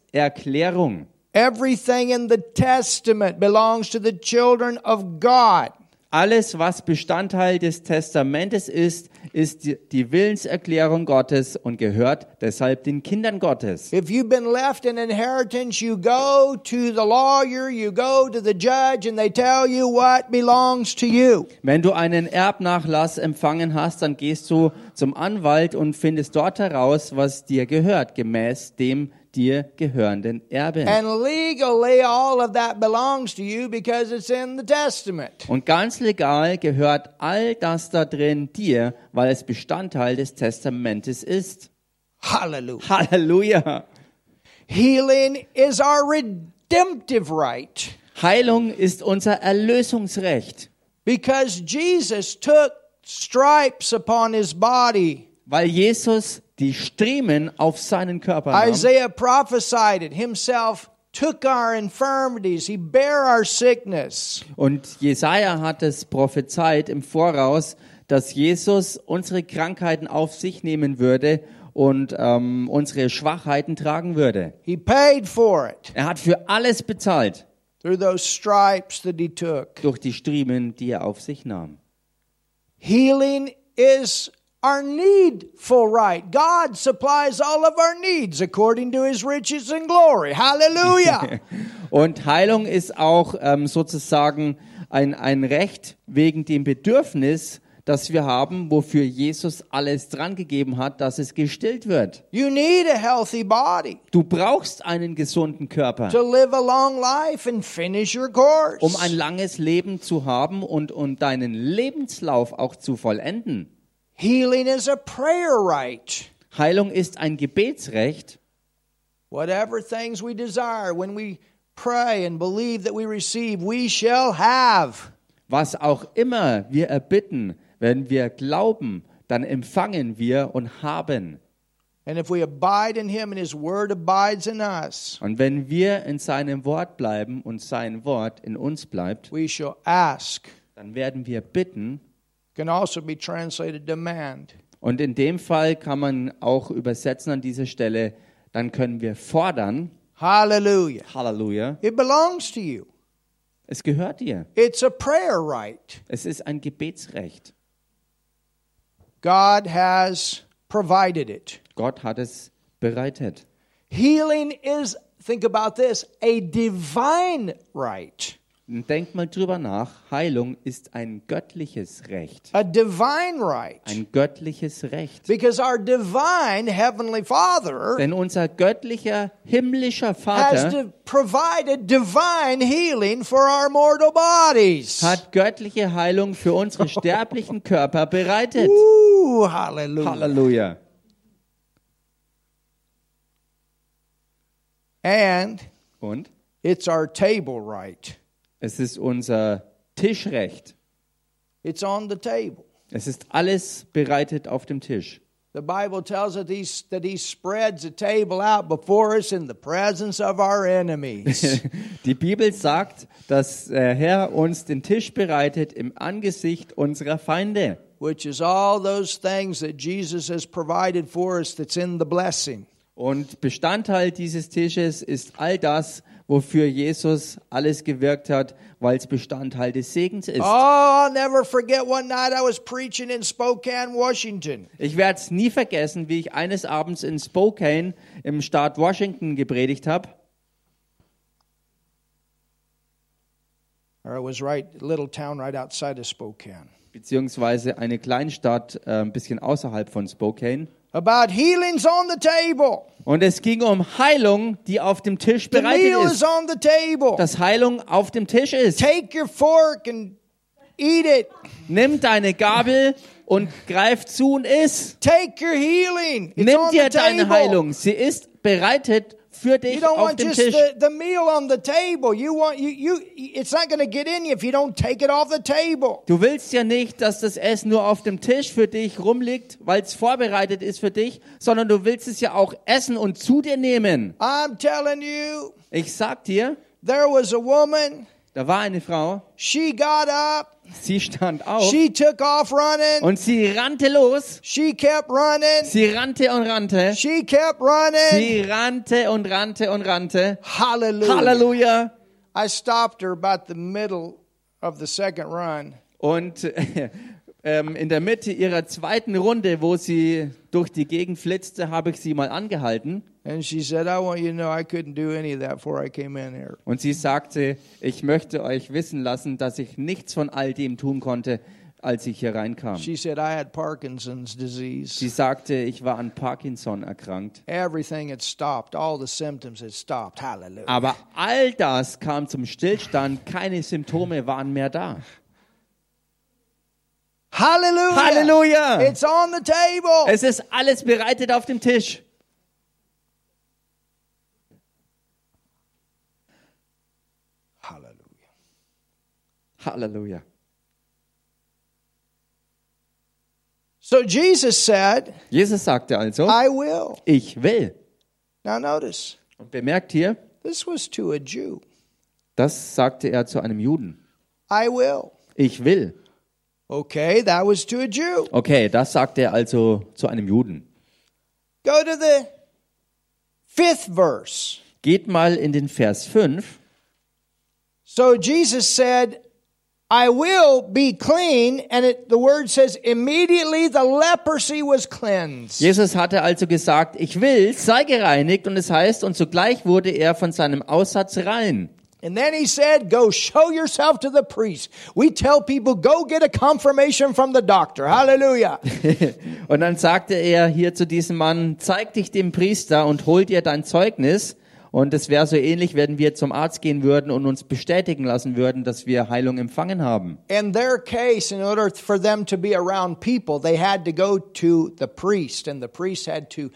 Testamentserklärung.
Everything in the Testament belongs to the children of God.
Alles, was Bestandteil des Testamentes ist, ist die- die Willenserklärung Gottes und gehört deshalb den Kindern Gottes.
If you've been left an inheritance, you go to the lawyer, you go to the judge, and they tell you what belongs to you.
Wenn du einen Erbnachlass empfangen hast, dann gehst du zum Anwalt und findest dort heraus, was dir gehört, gemäß dem dir gehörenden Erbe.
And legally, all of that belongs to you because it's in the Testament.
Und ganz legal gehört all das da drin dir, weil es Bestandteil des Testamentes ist.
Hallelujah.
Halleluja!
Healing is our redemptive right.
Heilung ist unser Erlösungsrecht.
Because Jesus took stripes upon his body.
weil Jesus die Striemen auf seinen Körper nahm.
Isaiah prophesied it himself took our infirmities, he bare our sickness.
Und Jesaja hat es prophezeit im Voraus, dass Jesus unsere Krankheiten auf sich nehmen würde und ähm, unsere Schwachheiten tragen würde.
He paid for it
Er hat für alles bezahlt
through those stripes that he took.
durch die Striemen, die er auf sich nahm.
Healing is our needful right. God supplies all of our needs according to his riches and glory. Hallelujah.
Und Heilung ist auch ähm, sozusagen ein, ein Recht wegen dem Bedürfnis, das wir haben, wofür Jesus alles drangegeben hat, dass es gestillt wird.
you need a healthy body
Du brauchst einen gesunden Körper,
to live a long life and finish your course.
um ein langes Leben zu haben und, und deinen Lebenslauf auch zu vollenden.
Healing is a prayer right.
Heilung ist ein Gebetsrecht.
Whatever things we desire, when we pray and believe that we receive, we shall have.
Was auch immer wir erbitten, wenn wir glauben, dann empfangen wir und haben.
And if we abide in him and his word abides in us,
Und wenn wir in seinem Wort bleiben und sein Wort in uns bleibt,
we shall ask.
dann werden wir bitten.
Can also be translated demand.
Und in dem Fall kann man auch übersetzen an dieser Stelle, dann können wir fordern.
Hallelujah.
Halleluja.
It belongs to you.
Es gehört dir.
It's a prayer right.
Es ist ein Gebetsrecht.
God has provided it.
Gott hat es bereitet.
Healing is, think about this, a divine right.
Und Denk mal drüber nach. Heilung ist ein göttliches Recht.
A divine right.
Ein göttliches Recht.
Because our divine Heavenly Father
Denn unser göttlicher himmlischer
has
Vater
de- provided divine healing for our mortal bodies.
hat göttliche Heilung für unsere sterblichen Körper bereitet.
Ooh, hallelujah.
Halleluja.
And
Und
it's our table right.
es ist unser Tischrecht.
It's on the table.
Es ist alles bereitet auf dem Tisch.
The Bible tells us he, that he spreads a table out before us in the presence of our enemies.
Die Bibel sagt, dass der Herr uns den Tisch bereitet im Angesicht unserer Feinde.
which is all those things that Jesus has provided for us that's in the blessing.
Und Bestandteil dieses Tisches ist all das, wofür Jesus alles gewirkt hat, weil es Bestandteil des Segens ist.
Oh, I'll never forget one night I was preaching in Spokane, Washington.
Ich werde es nie vergessen, wie ich eines Abends in Spokane im Staat Washington gepredigt habe.
Or it was right little town right outside of Spokane.
beziehungsweise eine Kleinstadt äh, ein bisschen außerhalb von Spokane.
About healings on the table.
Und es ging um Heilung, die auf dem Tisch
The meal
bereitet
is
ist.
on the table.
Dass Heilung auf dem Tisch ist.
Take your fork and eat it.
Nimm deine Gabel und greif zu und iss.
Take your healing. It's
Nimm
on
dir
the
deine
table.
Heilung. Sie ist bereitet für
You
dich
don't
auf
want
dem
just
Tisch.
the, the meal on the table. You want you you it's not going to get in you if you don't take it off the table.
Du willst ja nicht, dass das Essen nur auf dem Tisch für dich rumliegt, weil es vorbereitet ist für dich, sondern du willst es ja auch essen und zu dir nehmen.
I'm telling you,
Ich sag dir,
there was a woman,
da war eine Frau,
she got up,
sie stand auf.
she took off running,
Und sie rannte los.
she kept running,
Sie rannte und rannte.
she kept running.
Sie rannte und rannte und rannte.
Hallelujah.
Halleluja.
I stopped her about the middle of the second run.
Und äh, ähm, in der Mitte ihrer zweiten Runde, wo sie durch die Gegend flitzte, habe ich sie mal angehalten.
And she said, I want you to know I couldn't do any of that before I came in here.
Und sie sagte, ich möchte euch wissen lassen, dass ich nichts von all dem tun konnte, als ich hier reinkam.
She said, I had Parkinson's disease.
Sie sagte, ich war an Parkinson erkrankt.
Everything had stopped. All the symptoms had stopped. Hallelujah.
Aber all das kam zum Stillstand. Keine Symptome waren mehr da.
Hallelujah.
Halleluja!
It's on the table.
Es ist alles bereitet auf dem Tisch.
Hallelujah.
Halleluja.
So Jesus said,
Jesus sagte also,
I will.
ich will.
Now notice,
Und bemerkt hier,
this was to a Jew.
das sagte er zu einem Juden.
I will.
Ich will.
Okay, that was to a Jew.
Okay, das sagte er also zu einem Juden.
Go to the fifth verse.
Geht mal in den Vers 5.
So Jesus said, I will be clean. And it, the word says, immediately the leprosy was cleansed.
Jesus hatte also gesagt, ich will, sei gereinigt und es heißt, und sogleich wurde er von seinem Aussatz rein.
And then he said, Go show yourself to the priest. We tell people, go get a confirmation from the doctor. Hallelujah.
Und dann sagte er hier zu diesem Mann, zeig dich dem Priester und hol dir dein Zeugnis. Und es wäre so ähnlich, wenn wir zum Arzt gehen würden und uns bestätigen lassen würden, dass wir Heilung empfangen haben.
In their case, in order for them to be around people, they had to go to the priest, and the priest had to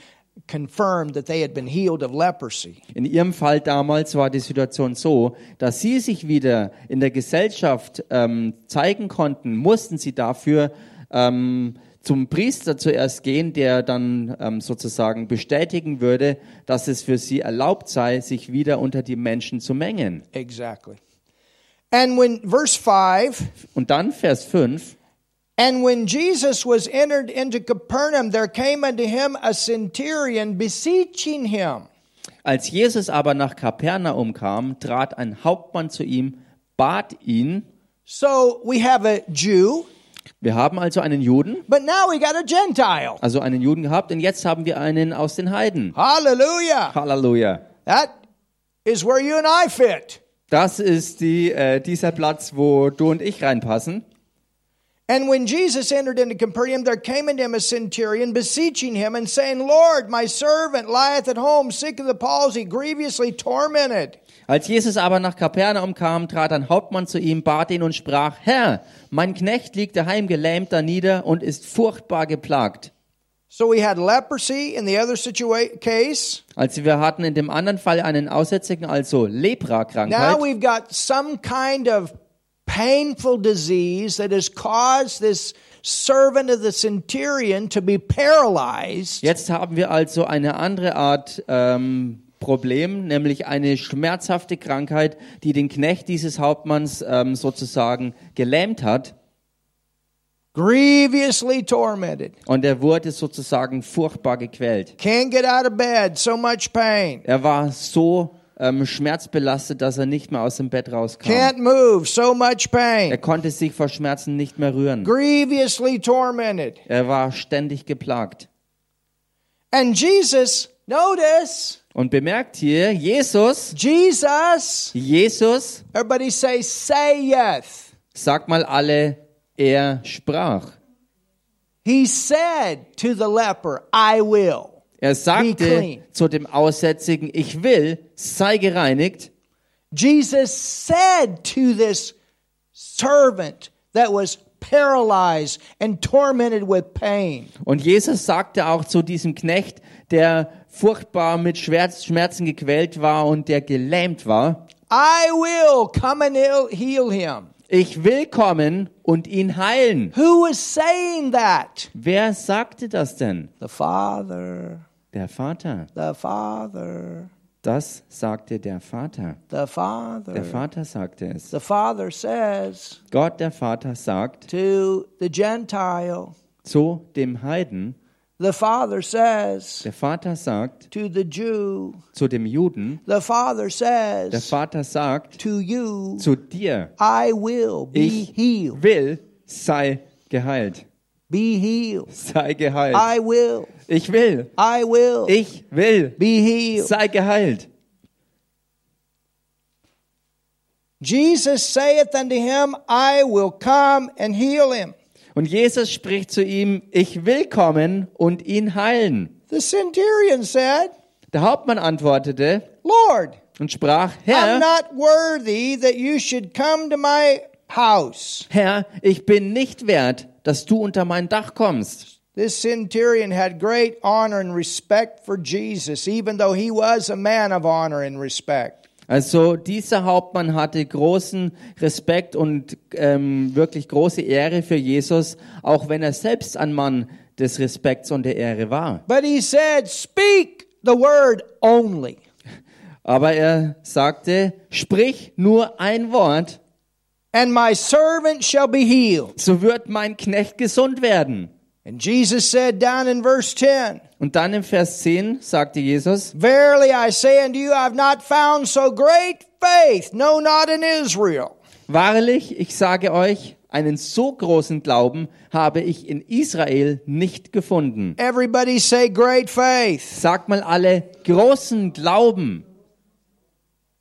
confirm that they had been healed of leprosy.
In ihrem Fall damals war die Situation so, dass sie sich wieder in der Gesellschaft ähm, zeigen konnten, mussten sie dafür ähm, zum Priester zuerst gehen, der dann ähm, sozusagen bestätigen würde, dass es für sie erlaubt sei, sich wieder unter die Menschen zu mengen.
Exactly. And when, verse 5,
Und dann Vers 5.
and when Jesus was entered into Capernaum, there came unto him a centurion beseeching him.
Als Jesus aber nach Kapernaum kam, trat ein Hauptmann zu ihm, bat ihn.
So we have a Jew,
Wir haben also einen Juden,
but now we got a Gentile.
also einen Juden gehabt, und jetzt haben wir einen aus den Heiden.
Hallelujah.
Halleluja.
That is where you and I fit.
Das ist die, äh, dieser Platz, wo du und ich reinpassen.
And when Jesus entered into Capernaum, there came unto him a centurion, beseeching him and saying, Lord, my servant lieth at home, sick of the palsy, grievously tormented.
Als Jesus aber nach Kapernaum kam, trat ein Hauptmann zu ihm, bat ihn und sprach, Herr, mein Knecht liegt daheim gelähmt da nieder und ist furchtbar geplagt.
So we had leprosy in the other situa- case.
Also wir hatten in dem anderen Fall einen Aussätzigen, also
Now
Lepra-Krankheit.
we've got some kind of painful disease that has caused this servant of the centurion to be paralyzed.
Jetzt haben wir also eine andere Art ähm, Problem, nämlich eine schmerzhafte Krankheit, die den Knecht dieses Hauptmanns ähm, sozusagen gelähmt hat.
Grievously tormented.
Und er wurde sozusagen furchtbar gequält.
Can't get out of bed, so much pain.
Er war so ähm, schmerzbelastet, dass er nicht mehr aus dem Bett rauskam.
Can't move, so much
Er
pain.
konnte sich vor Schmerzen nicht mehr rühren.
Grievously tormented.
Er war ständig geplagt.
And Jesus, notice,
Und bemerkt hier, Jesus,
Jesus,
Jesus,
everybody say, saith.
sag mal alle, er sprach.
He said to the leper, I will.
Er
Be
sagte
clean.
zu dem Aussätzigen, ich will, sei gereinigt.
Jesus said to this servant that was paralyzed and tormented with pain,
Und Jesus sagte auch zu diesem Knecht, der furchtbar mit Schmerz, Schmerzen gequält war und der gelähmt war,
I will come and heal- heal him.
ich will kommen und ihn heilen.
Who was saying that?
Wer sagte das denn?
The Father,
Der Vater.
the Father,
Das sagte der Vater.
the
Der
Father.
Vater sagte es.
The Father says
Gott, der Vater, sagt
to the Gentile,
zu dem Heiden.
the Father says
Der Vater sagt
to the Jew,
zu dem Juden.
the Father
Der
says
Vater sagt
to you,
zu dir.
I will be
Ich
healed.
will, sei geheilt.
Be healed.
Sei geheilt.
I will.
Ich will.
I will
Ich will.
be healed.
Sei geheilt.
Jesus saith unto him, I will come and heal him.
Und Jesus spricht zu ihm, ich will kommen und ihn heilen.
The centurion said,
Der Hauptmann antwortete
Lord,
und sprach,
I'm
Herr,
not worthy that you should come to my house.
Herr, ich bin nicht wert, dass du unter mein Dach kommst.
This centurion had great honor and respect for Jesus, even though he was a man of honor and respect.
Also dieser Hauptmann hatte großen Respekt und ähm, wirklich große Ehre für Jesus, auch wenn er selbst ein Mann des Respekts und der Ehre war.
But he said, Speak the word only,
Aber er sagte, sprich nur ein Wort,
and my servant shall be healed.
so wird mein Knecht gesund werden.
And Jesus said down in verse 10,
Und dann im Vers 10 sagte Jesus,
Verily I say unto you, I have not found so great faith, no, not in Israel.
Wahrlich, ich sage euch, einen so großen Glauben habe ich in Israel nicht gefunden.
Everybody say great faith.
Sagt mal alle, großen Glauben,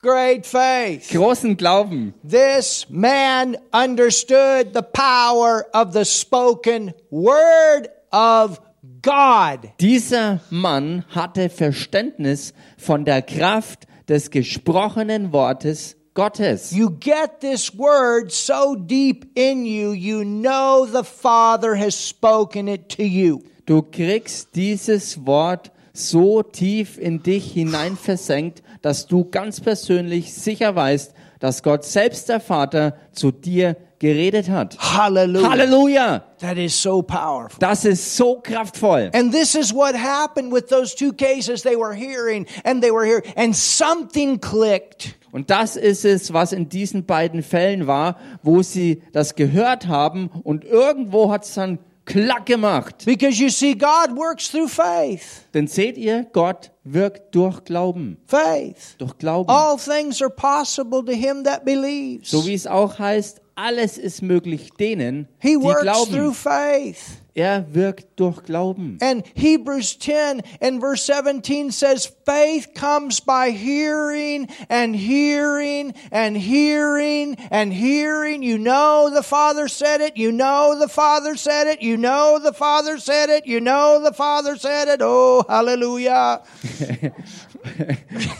Great faith.
großen Glauben.
This man understood the power of the spoken word of God.
Dieser Mann hatte Verständnis von der Kraft des gesprochenen Wortes Gottes.
You get this word so deep in you, you know the Father has spoken it to you.
Du kriegst dieses Wort so tief in dich hineinversenkt, dass du ganz persönlich sicher weißt, dass Gott selbst der Vater zu dir geredet hat.
Hallelujah.
Halleluja!
That is so powerful.
Das ist so kraftvoll.
And this is what happened with those two cases. They were hearing and they were here, and something clicked.
Und das ist es, was in diesen beiden Fällen war, wo sie das gehört haben und irgendwo hat es dann klack gemacht.
Because you see, God works through faith.
Denn seht ihr, Gott wirkt durch Glauben.
Faith.
Durch Glauben.
All things are possible to him that believes.
So wie es auch heißt, alles ist möglich denen,
he
die
works through
glauben.
faith.
Er wirkt durch Glauben.
And Hebrews 10 and verse 17 says, faith comes by hearing and hearing and hearing and hearing. You know the Father said it. You know the Father said it. You know the Father said it. You know the Father said it. Oh, hallelujah.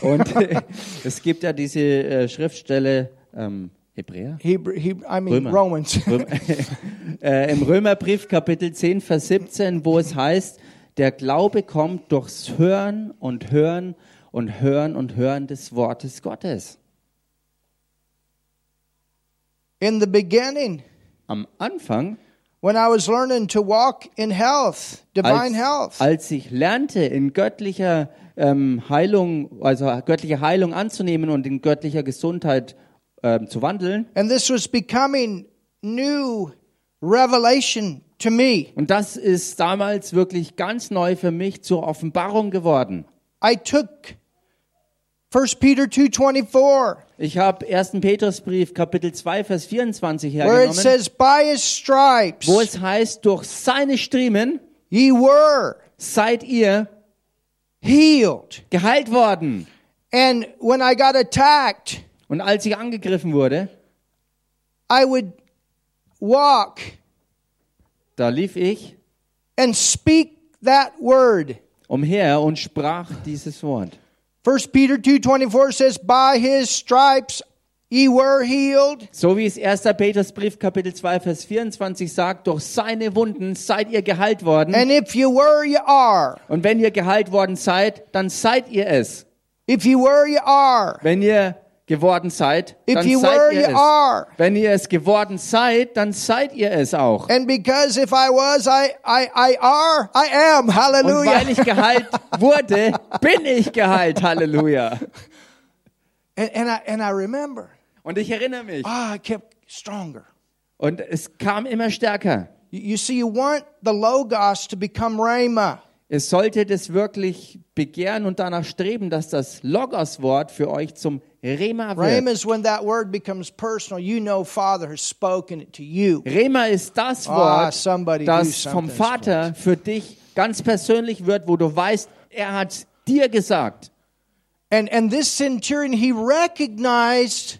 Und es gibt ja diese äh, Schriftstelle ähm, Hebräer.
Hebrew, Hebrew, I mean,
Römer.
Romans.
Römer, äh, Im Römerbrief Kapitel 10, Vers 17, wo es heißt, der Glaube kommt durchs Hören und Hören und Hören und Hören des Wortes Gottes.
In the beginning,
Am Anfang,
when I was learning to walk in health, divine
als,
health,
als ich lernte, in göttlicher ähm, Heilung, also göttliche Heilung anzunehmen und in göttlicher Gesundheit ähm, zu wandeln,
and this was becoming new revelation to me.
und das ist damals wirklich ganz neu für mich zur Offenbarung geworden.
I took 1 Peter 2:24
Ich habe 1. Petrusbrief Kapitel 2 Vers 24
where it
hergenommen,
says by his stripes
wo es heißt durch seine Striemen
ye were
seid ihr
healed.
geheilt worden.
And when I got attacked,
Und als ich angegriffen wurde,
I would walk
da lief ich
and speak that word.
umher und sprach dieses Wort.
1 Peter 2:24 says by his stripes ye were healed.
So wie es 1. Petrusbrief Kapitel 2 Vers 24 sagt, durch seine Wunden seid ihr geheilt worden.
And if you were you are.
Und wenn ihr geheilt worden seid, dann seid ihr es.
If you were you are.
Wenn ihr geworden seid,
If
dann
you
seid
were
ihr
you
es.
are.
Wenn ihr es geworden seid, dann seid ihr es auch.
And because if I was I I I are I am.
Und weil
Hallelujah.
ich geheilt wurde, bin ich geheilt. Halleluja.
And, and I and I remember.
Und ich erinnere mich.
Ah, I kept stronger.
Und es kam immer stärker.
You, you see, you want the logos to become rhema.
Es solltet es wirklich begehren und danach streben, dass das Logos-Wort für euch zum Rema
Rhema
wird.
is when that word becomes personal. You know, Father has spoken it to you.
Rema ist das
Ah,
Wort,
somebody do
das vom
something,
Vater für dich ganz persönlich wird, wo du weißt, er hat dir gesagt.
And and this centurion he recognized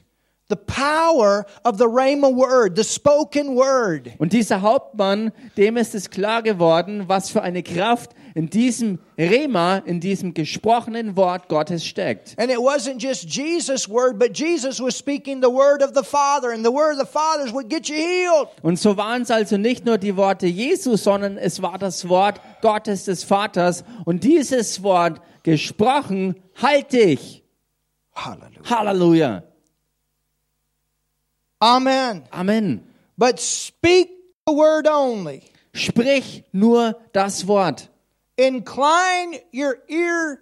the power of the rhema word, the spoken word.
Und dieser Hauptmann, dem ist es klar geworden, was für eine Kraft in diesem Rema, in diesem gesprochenen Wort Gottes steckt.
And it wasn't just Jesus' word, but Jesus was speaking the word of the Father, and the word of the Father's would get you healed.
Und so waren es also nicht nur die Worte Jesus, sondern es war das Wort Gottes des Vaters. Und dieses Wort gesprochen, halt dich.
Hallelujah.
Halleluja.
Amen.
Amen.
But speak the word only.
Sprich nur das Wort.
Incline your ear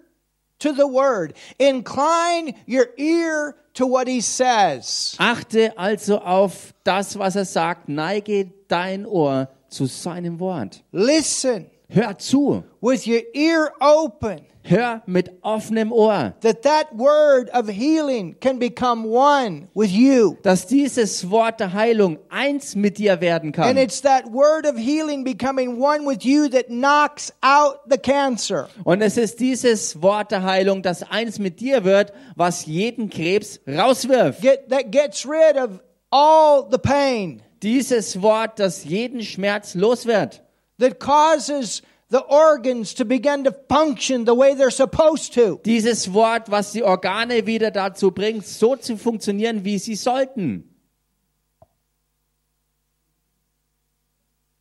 to the word. Incline your ear to what he says.
Achte also auf das, was er sagt. Neige dein Ohr zu seinem Wort.
Listen.
Hör zu.
with your ear open
Hör mit offenem Ohr,
that that word of healing can become one with you.
dass dieses Wort der Heilung eins mit dir werden
And
kann.
it's that word of healing becoming one with you that knocks out the cancer.
Und es ist dieses Wort der Heilung, das eins mit dir wird, was jeden Krebs rauswirft.
Get that gets rid of all the pain
Dieses Wort, das jeden Schmerz los wird,
that causes the organs to begin to function the way they're supposed to.
dieses Wort, was die Organe wieder dazu bringt, so zu funktionieren, wie sie sollten.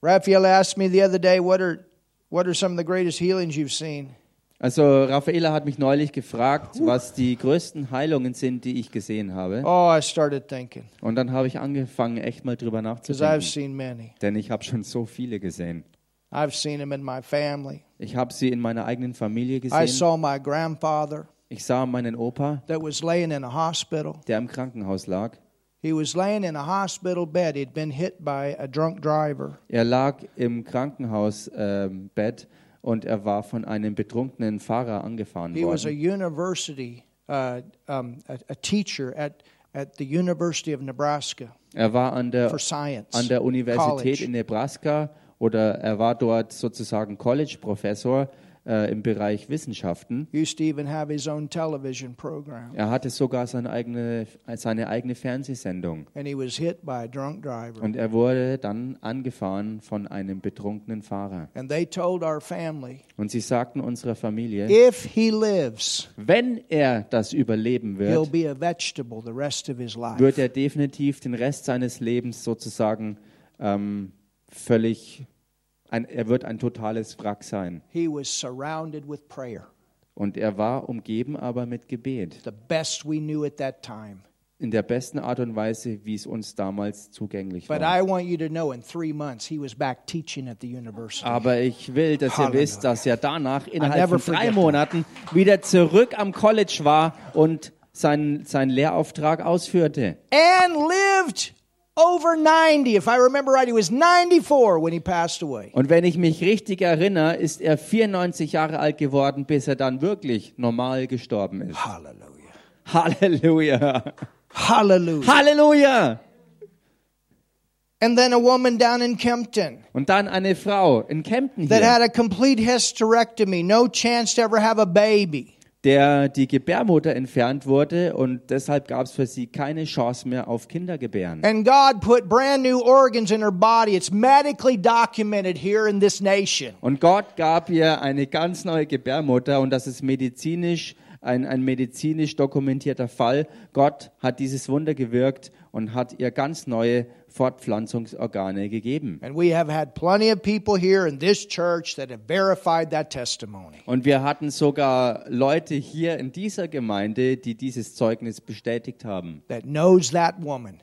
Raphael asked me the other day, "What are what are some of the greatest healings you've seen?"
Also Raffaela hat mich neulich gefragt, was die größten Heilungen sind, die ich gesehen habe.
Oh, I started thinking
Und dann habe ich angefangen, echt mal drüber
because I've
nachzudenken.
seen many.
Denn ich habe schon so viele gesehen.
I've seen them in my family.
Ich habe sie in meiner eigenen Familie
I
gesehen.
saw my grandfather
Ich sah meinen Opa,
that was laying in a hospital.
der im Krankenhaus lag.
He was laying in a hospital bed. He'd been hit by a drunk driver.
Er lag im Krankenhausbett und er war von einem betrunkenen Fahrer angefahren
He was a
worden.
university, uh, um, a, a teacher at, at the University of Nebraska
Er war an der,
for science.
an der Universität
college.
in Nebraska oder er war dort sozusagen College-Professor äh, im Bereich Wissenschaften.
Used to even have his own television program.
Er hatte sogar seine eigene, seine eigene Fernsehsendung.
And he was hit by a drunk driver.
Und er wurde dann angefahren von einem betrunkenen Fahrer.
And they told our family
Und sie sagten unserer Familie,
if he lives,
Wenn er das überleben wird,
he'll be a vegetable the rest of his life.
wird er definitiv den Rest seines Lebens sozusagen ähm, völlig, ein, er wird ein totales Wrack sein.
He was surrounded with prayer,
Und er war umgeben aber mit Gebet,
the best we knew at that time.
in der besten Art und Weise, wie es uns damals zugänglich
But
war.
I want you to know in three months, he was back teaching at the university.
Aber ich will, dass ihr
Halleluja.
wisst, dass er danach
never
innerhalb von drei
forget that.
Monaten wieder zurück am College war und seinen, seinen Lehrauftrag ausführte.
and lived over 90. If I remember right, he was 94 when he passed away.
Und wenn ich mich richtig erinnere, ist er 94 Jahre alt geworden, bis er dann wirklich normal gestorben ist.
Hallelujah.
Halleluja.
Hallelujah.
Halleluja.
And then a woman down in Kempton
Und dann eine Frau in Kempten
that
hier,
had a complete hysterectomy, no chance to ever have a baby.
der die Gebärmutter entfernt wurde und deshalb gab es für sie keine Chance mehr auf Kindergebären.
And God put brand new organs in her body. It's medically documented here in this nation.
Und Gott gab ihr eine ganz neue Gebärmutter und das ist medizinisch ein, ein medizinisch dokumentierter Fall. Gott hat dieses Wunder gewirkt und hat ihr ganz neue Fortpflanzungsorgane gegeben.
And we have had plenty of people here in this church that have verified that testimony.
Und wir hatten sogar Leute hier in dieser Gemeinde, die dieses Zeugnis bestätigt haben.
That knows that woman.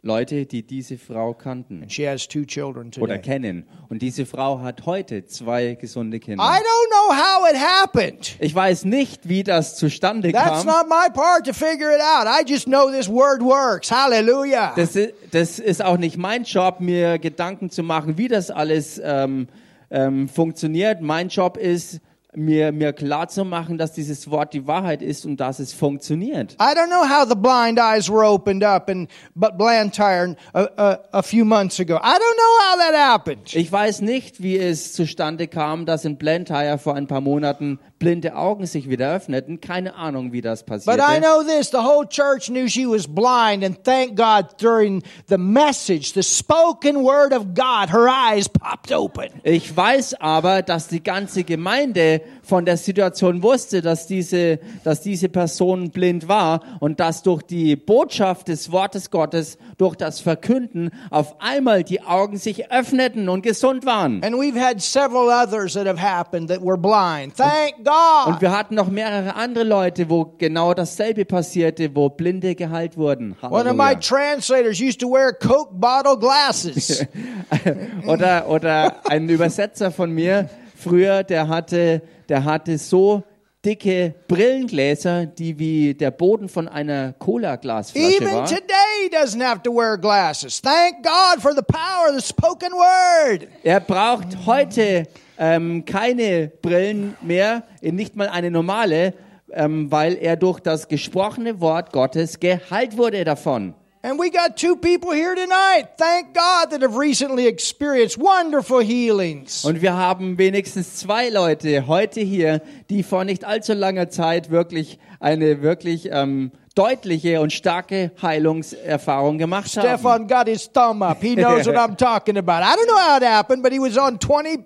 Leute, die diese Frau kannten
And she has two children
oder
today.
kennen. Und diese Frau hat heute zwei gesunde
I
Kinder.
don't know how it happened.
Ich weiß nicht, wie das zustande
That's
kam.
not my part to figure it out. I just know this word works. Hallelujah.
Das ist, das ist auch nicht mein Job, mir Gedanken zu machen, wie das alles ähm, ähm, funktioniert. Mein Job ist, mir, mir klar zu machen, dass dieses Wort die Wahrheit ist und dass es funktioniert.
I don't know how the blind eyes were opened up in but Blantyre a, a, a few months ago. I don't know how that happened.
Ich weiß nicht, wie es zustande kam, dass in Blantyre vor ein paar Monaten blinde Augen sich wieder öffneten. Keine Ahnung, wie das
But
passierte.
I know this, the whole church knew she was blind and thank God during the message, the spoken word of God, her eyes popped open.
Ich weiß aber, dass die ganze Gemeinde von der Situation wusste, dass diese, dass diese Person blind war und dass durch die Botschaft des Wortes Gottes, durch das Verkünden, auf einmal die Augen sich öffneten und gesund waren.
And we've had several others that have happened that were blind. Thank
Und
God.
wir hatten noch mehrere andere Leute, wo genau dasselbe passierte, wo Blinde geheilt wurden.
One of my
Halleluja.
translators used to wear Coke bottle glasses.
oder, oder ein Übersetzer von mir früher, der hatte, der hatte so dicke Brillengläser, die wie der Boden von einer Cola-Glasflasche
Even
waren.
today he doesn't have to wear glasses. Thank God for the power of the spoken word.
Er braucht heute ähm, keine Brillen mehr, nicht mal eine normale, ähm, weil er durch das gesprochene Wort Gottes geheilt wurde davon.
And we got two people here tonight, thank God, that have recently experienced wonderful healings.
Und wir haben wenigstens zwei Leute heute hier, die vor nicht allzu langer Zeit wirklich eine wirklich ähm, deutliche und starke Heilungserfahrung gemacht haben.
Stefan got his thumb up. He knows what I'm talking about. I don't know how it happened, but he was on 20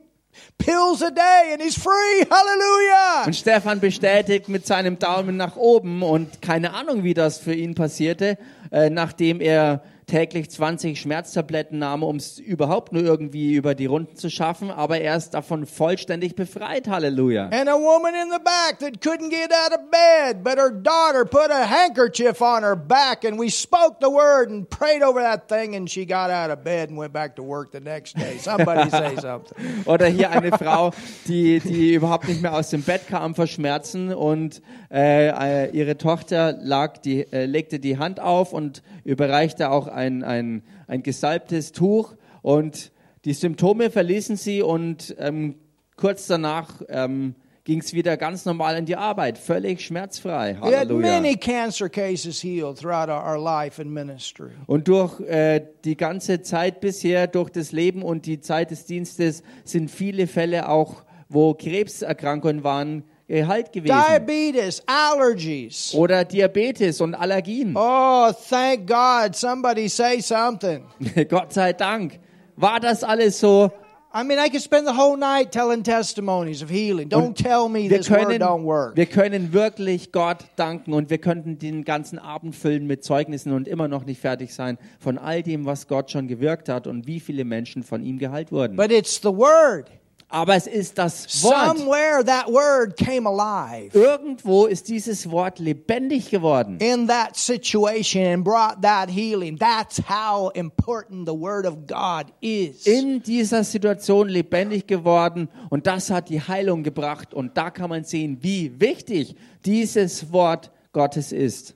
pills a day and he's free. Hallelujah.
Und Stefan bestätigt mit seinem Daumen nach oben und keine Ahnung, wie das für ihn passierte, äh, nachdem er täglich 20 Schmerztabletten nahm, um es überhaupt nur irgendwie über die Runden zu schaffen, aber er ist davon vollständig befreit, Halleluja.
And a woman in the back that couldn't get out of bed, but her daughter put a handkerchief on her back and we spoke the word and prayed over that thing and she got out of bed and went back to work the next day. Somebody say something.
Oder hier eine Frau, die, die überhaupt nicht mehr aus dem Bett kam vor Schmerzen und äh, äh, ihre Tochter lag die, äh, legte die Hand auf und überreichte auch ein, ein, ein gesalbtes Tuch und die Symptome verließen sie und ähm, kurz danach ähm, ging es wieder ganz normal in die Arbeit, völlig schmerzfrei.
We had
Halleluja.
many cancer cases healed throughout our- our life and ministry.
Und durch äh, die ganze Zeit bisher, durch das Leben und die Zeit des Dienstes sind viele Fälle auch, wo Krebserkrankungen waren, geheilt gewesen.
Diabetes, allergies.
Oder Diabetes und Allergien.
Oh, thank God. Somebody say something.
Gott sei Dank. War das alles so?
I mean, I could spend the whole night telling testimonies of healing. Don't tell me
Wir
this word
können,
don't work.
wir können wirklich Gott danken und wir könnten den ganzen Abend füllen mit Zeugnissen und immer noch nicht fertig sein von all dem, was Gott schon gewirkt hat und wie viele Menschen von ihm geheilt wurden.
But it's the word.
Aber es ist das Wort.
Somewhere that word came alive
Irgendwo ist dieses Wort lebendig geworden.
in that situation and brought that healing. That's how important the word of God is.
In dieser Situation lebendig geworden und das hat die Heilung gebracht. Und da kann man sehen, wie wichtig dieses Wort Gottes ist.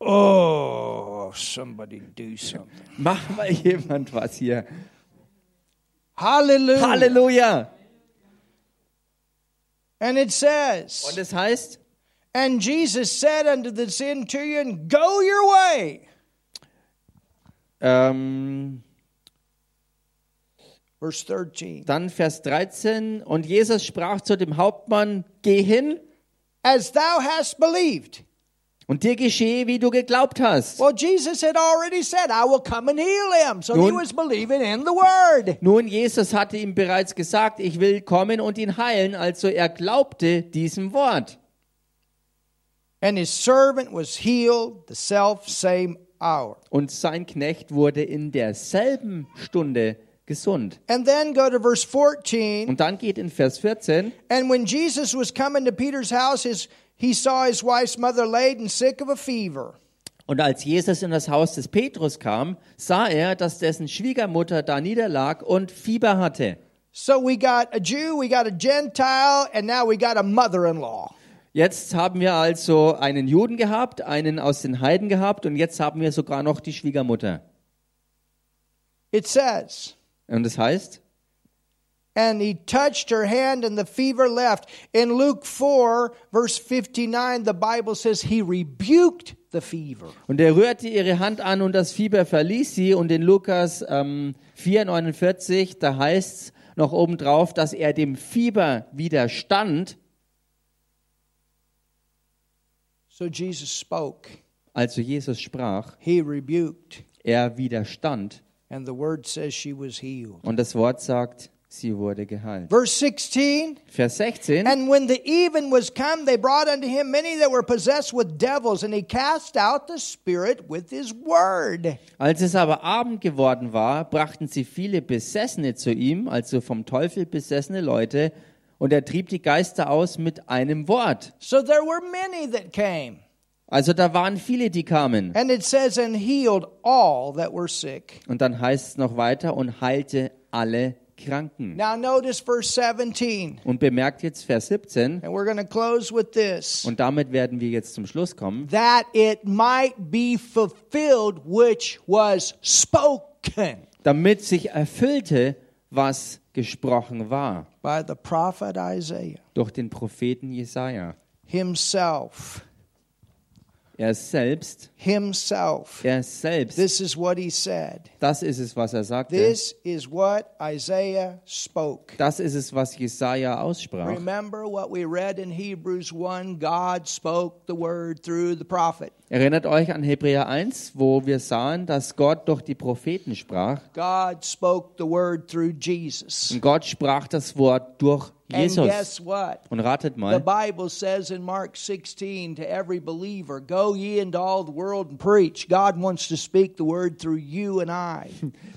oh, somebody do something.
Mach mal jemand was hier.
Hallelujah.
Halleluja!
And it says.
Und es heißt,
And Jesus said unto the centurion, Go your way.
ähm,
Verse 13.
dann Vers 13, und Jesus sprach zu dem Hauptmann, geh hin
As thou hast believed.
und dir geschehe, wie du geglaubt hast.
Well, Jesus had already said, I will come and heal him. So he
Nun-
was believing in the word.
Nun, Jesus hatte ihm bereits gesagt, ich will kommen und ihn heilen, also er glaubte diesem Wort.
And his servant was healed the self same hour.
Und sein Knecht wurde in derselben Stunde gesund.
And then go to verse 14.
Und dann geht in Vers 14,
And when Jesus was coming to Peter's house, his, he saw his wife's mother laid and sick of a fever.
Und als Jesus in das Haus des Petrus kam, sah er, dass dessen Schwiegermutter da niederlag und Fieber hatte.
So we got a Jew, we got a Gentile, and now we got a mother in law.
Jetzt haben wir also einen Juden gehabt, einen aus den Heiden gehabt und jetzt haben wir sogar noch die Schwiegermutter.
It says,
Und das heißt,
and he touched her hand and the fever left. In Luke 4, verse 59, the Bible says he rebuked the fever.
und er rührte ihre Hand an und das Fieber verließ sie und in Lukas ähm, 4,49, da heißt es noch obendrauf, dass er dem Fieber widerstand,
So Jesus spoke,
also Jesus sprach,
he rebuked,
er widerstand
and the word says she was healed.
und das Wort sagt, sie wurde geheilt.
Verse 16,
Vers 16.
and when the even was come, they brought unto him many that were possessed with devils, and he cast out the spirit with his word.
Als es aber Abend geworden war, brachten sie viele Besessene zu ihm, also vom Teufel besessene Leute, und er trieb die Geister aus mit einem Wort.
So there were many that came.
Also da waren viele, die kamen.
And it says, and healed all that were sick.
Und dann heißt es noch weiter und heilte alle Kranken.
Now notice verse 17.
Und bemerkt jetzt Vers 17,
And we're going to close with this
und damit werden wir jetzt zum Schluss kommen,
that it might be fulfilled, which was spoken.
damit sich erfüllte, was gesprochen war
by the prophet Isaiah
durch den Propheten Jesaja.
himself.
Er selbst,
Himself.
er selbst,
This is what he said.
das ist es, was er sagte.
This is what Isaiah spoke.
Das ist es, was Jesaja aussprach.
Remember what we read in Hebrews 1 God spoke the word through the prophet.
Erinnert euch an Hebräer 1, wo wir sahen, dass Gott durch die Propheten sprach.
God spoke the word through Jesus.
Und Gott sprach das Wort durch
And
Mm, Jesus.
guess what?
Und ratet
The
mal,
Bible says in Mark 16 to every believer, Go ye into all the world and preach. God wants to speak the word through you and I.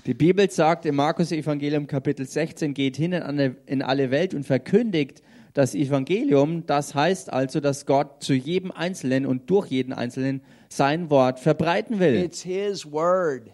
die Bibel sagt im Markus Evangelium Kapitel 16, geht hin in alle- in alle Welt und verkündigt das Evangelium. Das heißt also, dass Gott zu jedem Einzelnen und durch jeden Einzelnen sein Wort verbreiten will.
It's His word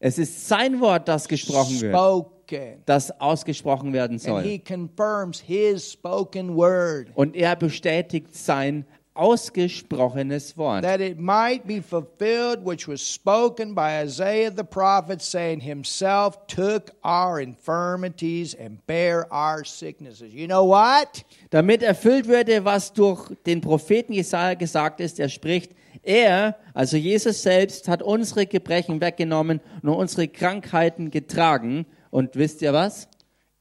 Es ist sein Wort, das gesprochen wird,
spoken.
das ausgesprochen werden
And He
soll.
confirms His spoken word
Und er bestätigt sein ausgesprochenes Wort.
that it might be fulfilled, which was spoken by Isaiah the prophet, saying, Himself took our infirmities and bare our sicknesses. You know what?
damit erfüllt würde, was durch den Propheten Jesaja gesagt ist. Er spricht, er, also Jesus selbst, hat unsere Gebrechen weggenommen und unsere Krankheiten getragen. Und wisst ihr was?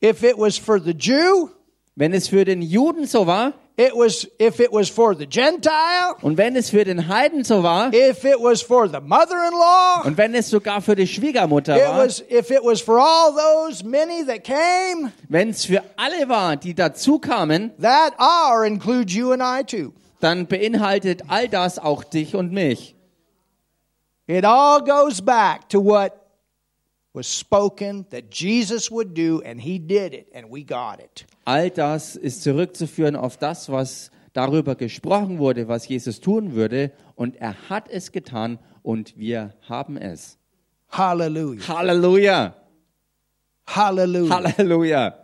If it was for the Jew,
Wenn es für den Juden so war
It was if it was for the Gentile,
und wenn es für den Heiden so war
if it was for the mother-in-law,
und wenn es sogar für die Schwiegermutter
it
war,
was if it was for all those many that came,
wenn es für alle war, die dazu kamen,
that are includes you and I too.
dann beinhaltet all das auch dich und mich.
It all goes back to what was spoken that Jesus would do and he did it and we got it.
All das ist zurückzuführen auf das, was darüber gesprochen wurde, was Jesus tun würde. Und er hat es getan und wir haben es.
Hallelujah.
Halleluja!
Hallelujah.
Halleluja!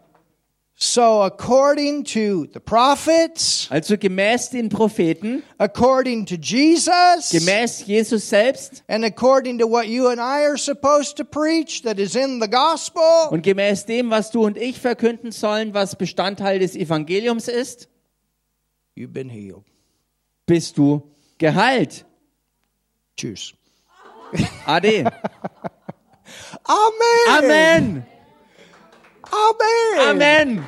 so according to the prophets,
Also gemäß den Propheten,
according to Jesus,
gemäß Jesus selbst
And according to what you and I are supposed to preach that is in the gospel,
und gemäß dem, was du und ich verkünden sollen, was Bestandteil des Evangeliums ist,
you've been healed.
bist du geheilt.
Cheers.
Ade.
Amen.
Amen.
Amen.
Amen.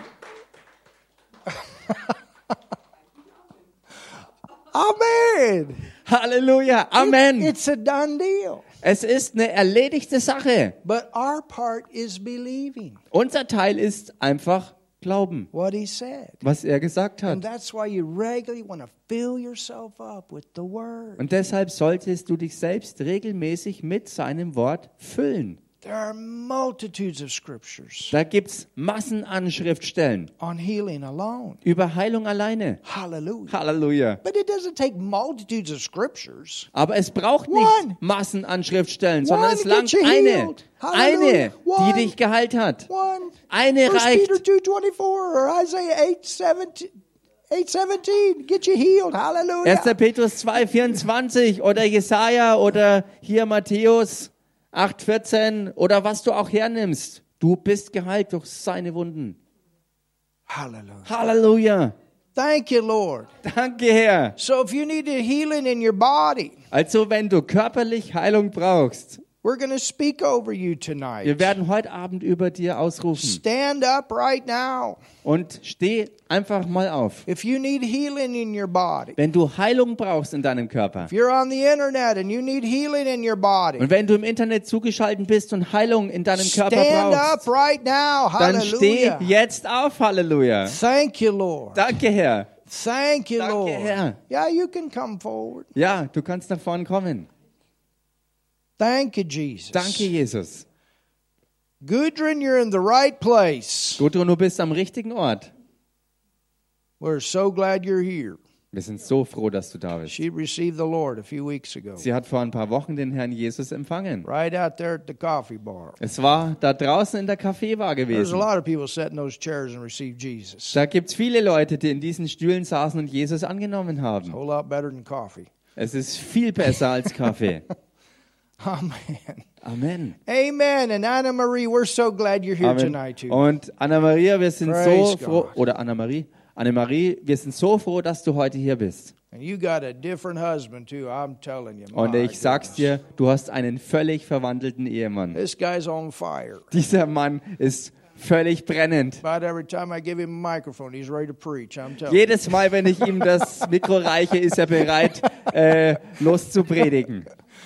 Amen.
Halleluja. Amen.
It's a done deal.
Es ist eine erledigte Sache.
But our part is believing
Unser Teil ist einfach glauben,
what he said.
was er gesagt
And
hat.
that's why you regularly want to fill yourself up with the word.
Und deshalb solltest du dich selbst regelmäßig mit seinem Wort füllen.
There are multitudes of scriptures
Da gibt's Massen an Schriftstellen
on healing alone.
über Heilung alleine.
Hallelujah.
Halleluja.
But it doesn't take multitudes of scriptures
Aber es braucht
One.
nicht Massen an Schriftstellen, sondern
One
es langt
gets you
eine,
healed.
eine,
Hallelujah.
die
One.
dich geheilt hat.
one.
Eine
First
reicht.
Peter two twenty four or Isaiah eight seventeen. Eight seventeen, get you healed, hallelujah.
1. Petrus 2, 24 oder Jesaja oder hier Matthäus 8, 14 oder was du auch hernimmst. Du bist geheilt durch seine Wunden.
hallelujah.
Halleluja.
Thank you, Lord.
Danke, Herr.
So if you need a healing in your body,
Also, wenn du körperlich Heilung brauchst,
we're going to speak over you tonight.
wir werden heute Abend über dir ausrufen.
Stand up right now.
Und steh einfach mal auf.
If you need healing in your body,
Wenn du Heilung brauchst in deinem Körper
if you're on the internet and you need healing in your body,
und wenn du im Internet zugeschaltet bist und Heilung in deinem Körper
stand up
brauchst,
right now,
dann steh
hallelujah.
jetzt auf. Halleluja.
Thank you, Lord.
Danke, Herr.
Thank you,
Danke,
Lord.
Herr.
Yeah, you can come forward.
Ja, du kannst nach vorn kommen.
Thank you, Jesus.
Danke, Jesus.
Gudrun, you're in the right place.
Gudrun, du bist am richtigen Ort.
We're so glad you're here.
Wir sind so froh, dass du da bist.
She received the Lord a few weeks ago,
Sie hat vor ein paar Wochen den Herrn Jesus empfangen.
right out there at the coffee bar.
Es war da draußen in der Kaffeebar
There's a
gewesen.
lot of people sat in those chairs and received Jesus.
Da gibt es viele Leute, die in diesen Stühlen saßen und Jesus angenommen
A
haben.
whole lot better than coffee.
Es ist viel besser als Kaffee.
Amen.
Amen.
Amen. And Anna Marie, we're so glad you're here
Amen.
tonight, too.
Und Anna-Maria, wir sind
Praise
so froh,
God.
oder Anna-Marie, Anne-Marie, wir sind so froh, dass du heute hier bist.
And you got a different husband, too. I'm telling you.
Und
My
ich sag's
goodness.
dir, du hast einen völlig verwandelten Ehemann.
This guy's on fire.
Dieser Mann ist völlig brennend.
About every time I give him a microphone, he's ready to preach. I'm telling you.
Jedes Mal, wenn ich ihm das Mikro reiche, ist er bereit, äh, loszupredigen.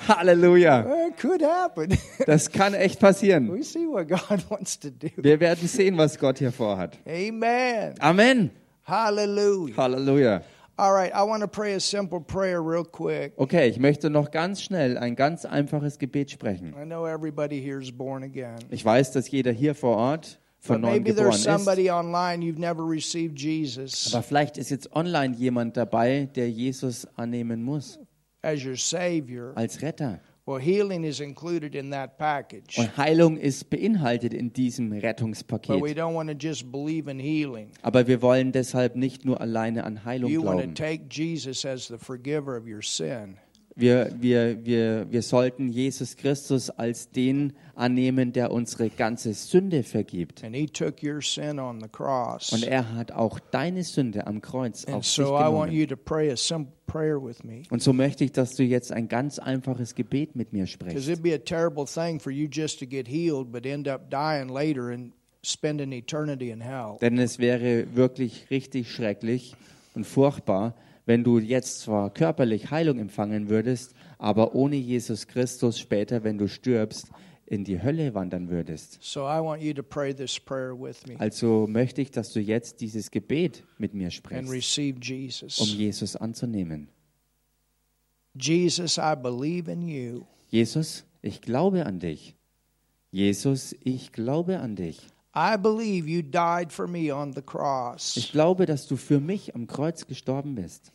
Halleluja.
Well, It could happen.
Das kann echt passieren.
we see what God wants to do.
Wir werden sehen, was Gott hier vorhat.
Amen.
Amen.
Hallelujah.
Halleluja.
All right, I want to pray a simple prayer real quick.
Okay, ich möchte noch ganz schnell ein ganz einfaches Gebet sprechen.
I know everybody here is born again.
Ich weiß, dass jeder hier vor Ort
But
von neuem
maybe
geboren
there's
ist.
somebody online you've never received Jesus
Aber vielleicht ist jetzt online jemand dabei, der Jesus annehmen muss
as your Savior.
als Retter.
Well, healing is included in that package.
Und Heilung ist beinhaltet in diesem
But we
Rettungspaket.
don't want to just believe in healing.
Aber wir wollen deshalb nicht nur alleine an Heilung
You want to
glauben.
take Jesus as the forgiver of your sin.
Wir, wir, wir, wir sollten Jesus Christus als den annehmen, der unsere ganze Sünde vergibt.
And He took your sin on the cross.
Und er hat auch deine Sünde am Kreuz
And
auf sich
so I want
genommen.
you to pray a simple prayer with me.
Und so möchte ich, dass du jetzt ein ganz einfaches Gebet mit mir
Because
sprichst.
it'd be a terrible thing for you just to get healed but end up dying later and spending eternity in hell.
Denn es wäre wirklich richtig schrecklich und furchtbar, wenn du jetzt zwar körperlich Heilung empfangen würdest, aber ohne Jesus Christus später, wenn du stirbst, in die Hölle wandern würdest.
So I want you to pray this prayer with me
Also möchte ich, dass du jetzt dieses Gebet mit mir
and
sprichst,
receive
um
Jesus.
Jesus anzunehmen.
Jesus, I believe in you.
Jesus, ich glaube an dich. Jesus, ich glaube an dich.
I believe you died for me on the
Ich
cross.
glaube, dass du für mich am Kreuz gestorben bist.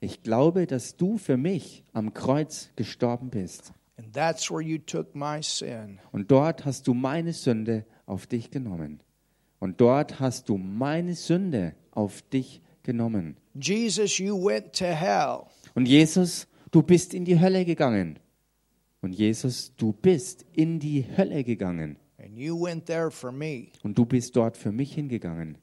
Ich glaube, dass du für mich am Kreuz gestorben bist.
And that's where you took my sin.
Und dort hast du meine Sünde auf dich genommen. Und dort hast du meine Sünde auf dich genommen.
Jesus, you went to hell.
Und Jesus, du bist in die Hölle gegangen. Und Jesus, du bist in die Hölle gegangen.
And you went there for me.
Und du bist dort für mich hingegangen.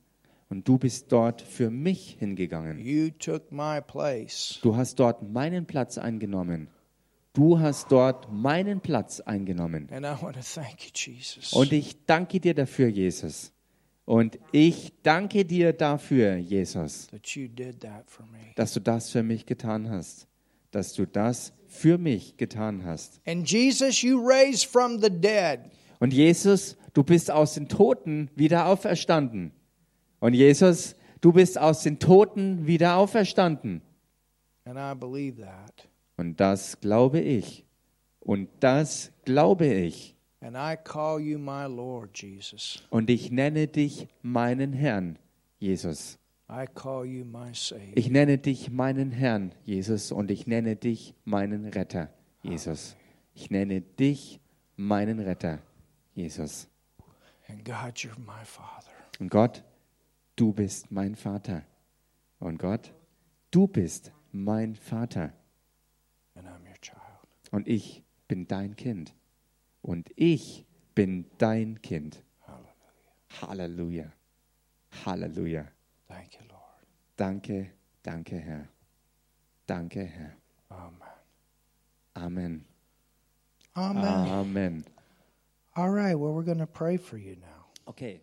Und du bist dort für mich hingegangen.
You took my place.
Du hast dort meinen Platz eingenommen. Du hast dort meinen Platz eingenommen.
And I want to thank you, Jesus.
Und ich danke dir dafür, Jesus. Und ich danke dir dafür, Jesus.
that you did that for me.
dass du das für mich getan hast, dass du das für mich getan hast.
And Jesus, you raised from the dead.
Und Jesus, du bist aus den Toten wieder auferstanden. Und Jesus, du bist aus den Toten wieder auferstanden.
And I believe that.
Und das glaube ich. Und das glaube ich.
And I call you my Lord, Jesus.
Und ich nenne dich meinen Herrn, Jesus.
I call you my Savior.
Ich nenne dich meinen Herrn, Jesus. Und ich nenne dich meinen Retter, Jesus. Ich nenne dich meinen Retter, Jesus.
And God, you're my Father.
Und Gott, du bist mein Vater. Und Gott, du bist mein Vater.
And I'm your child.
Und ich bin dein Kind. Und ich bin dein Kind.
Hallelujah.
Halleluja. Halleluja.
Thank you, Lord.
Danke, danke, Herr. Danke, Herr.
Amen.
Amen.
Amen.
Amen. Uh,
All right, well, we're going to pray for you now.
Okay.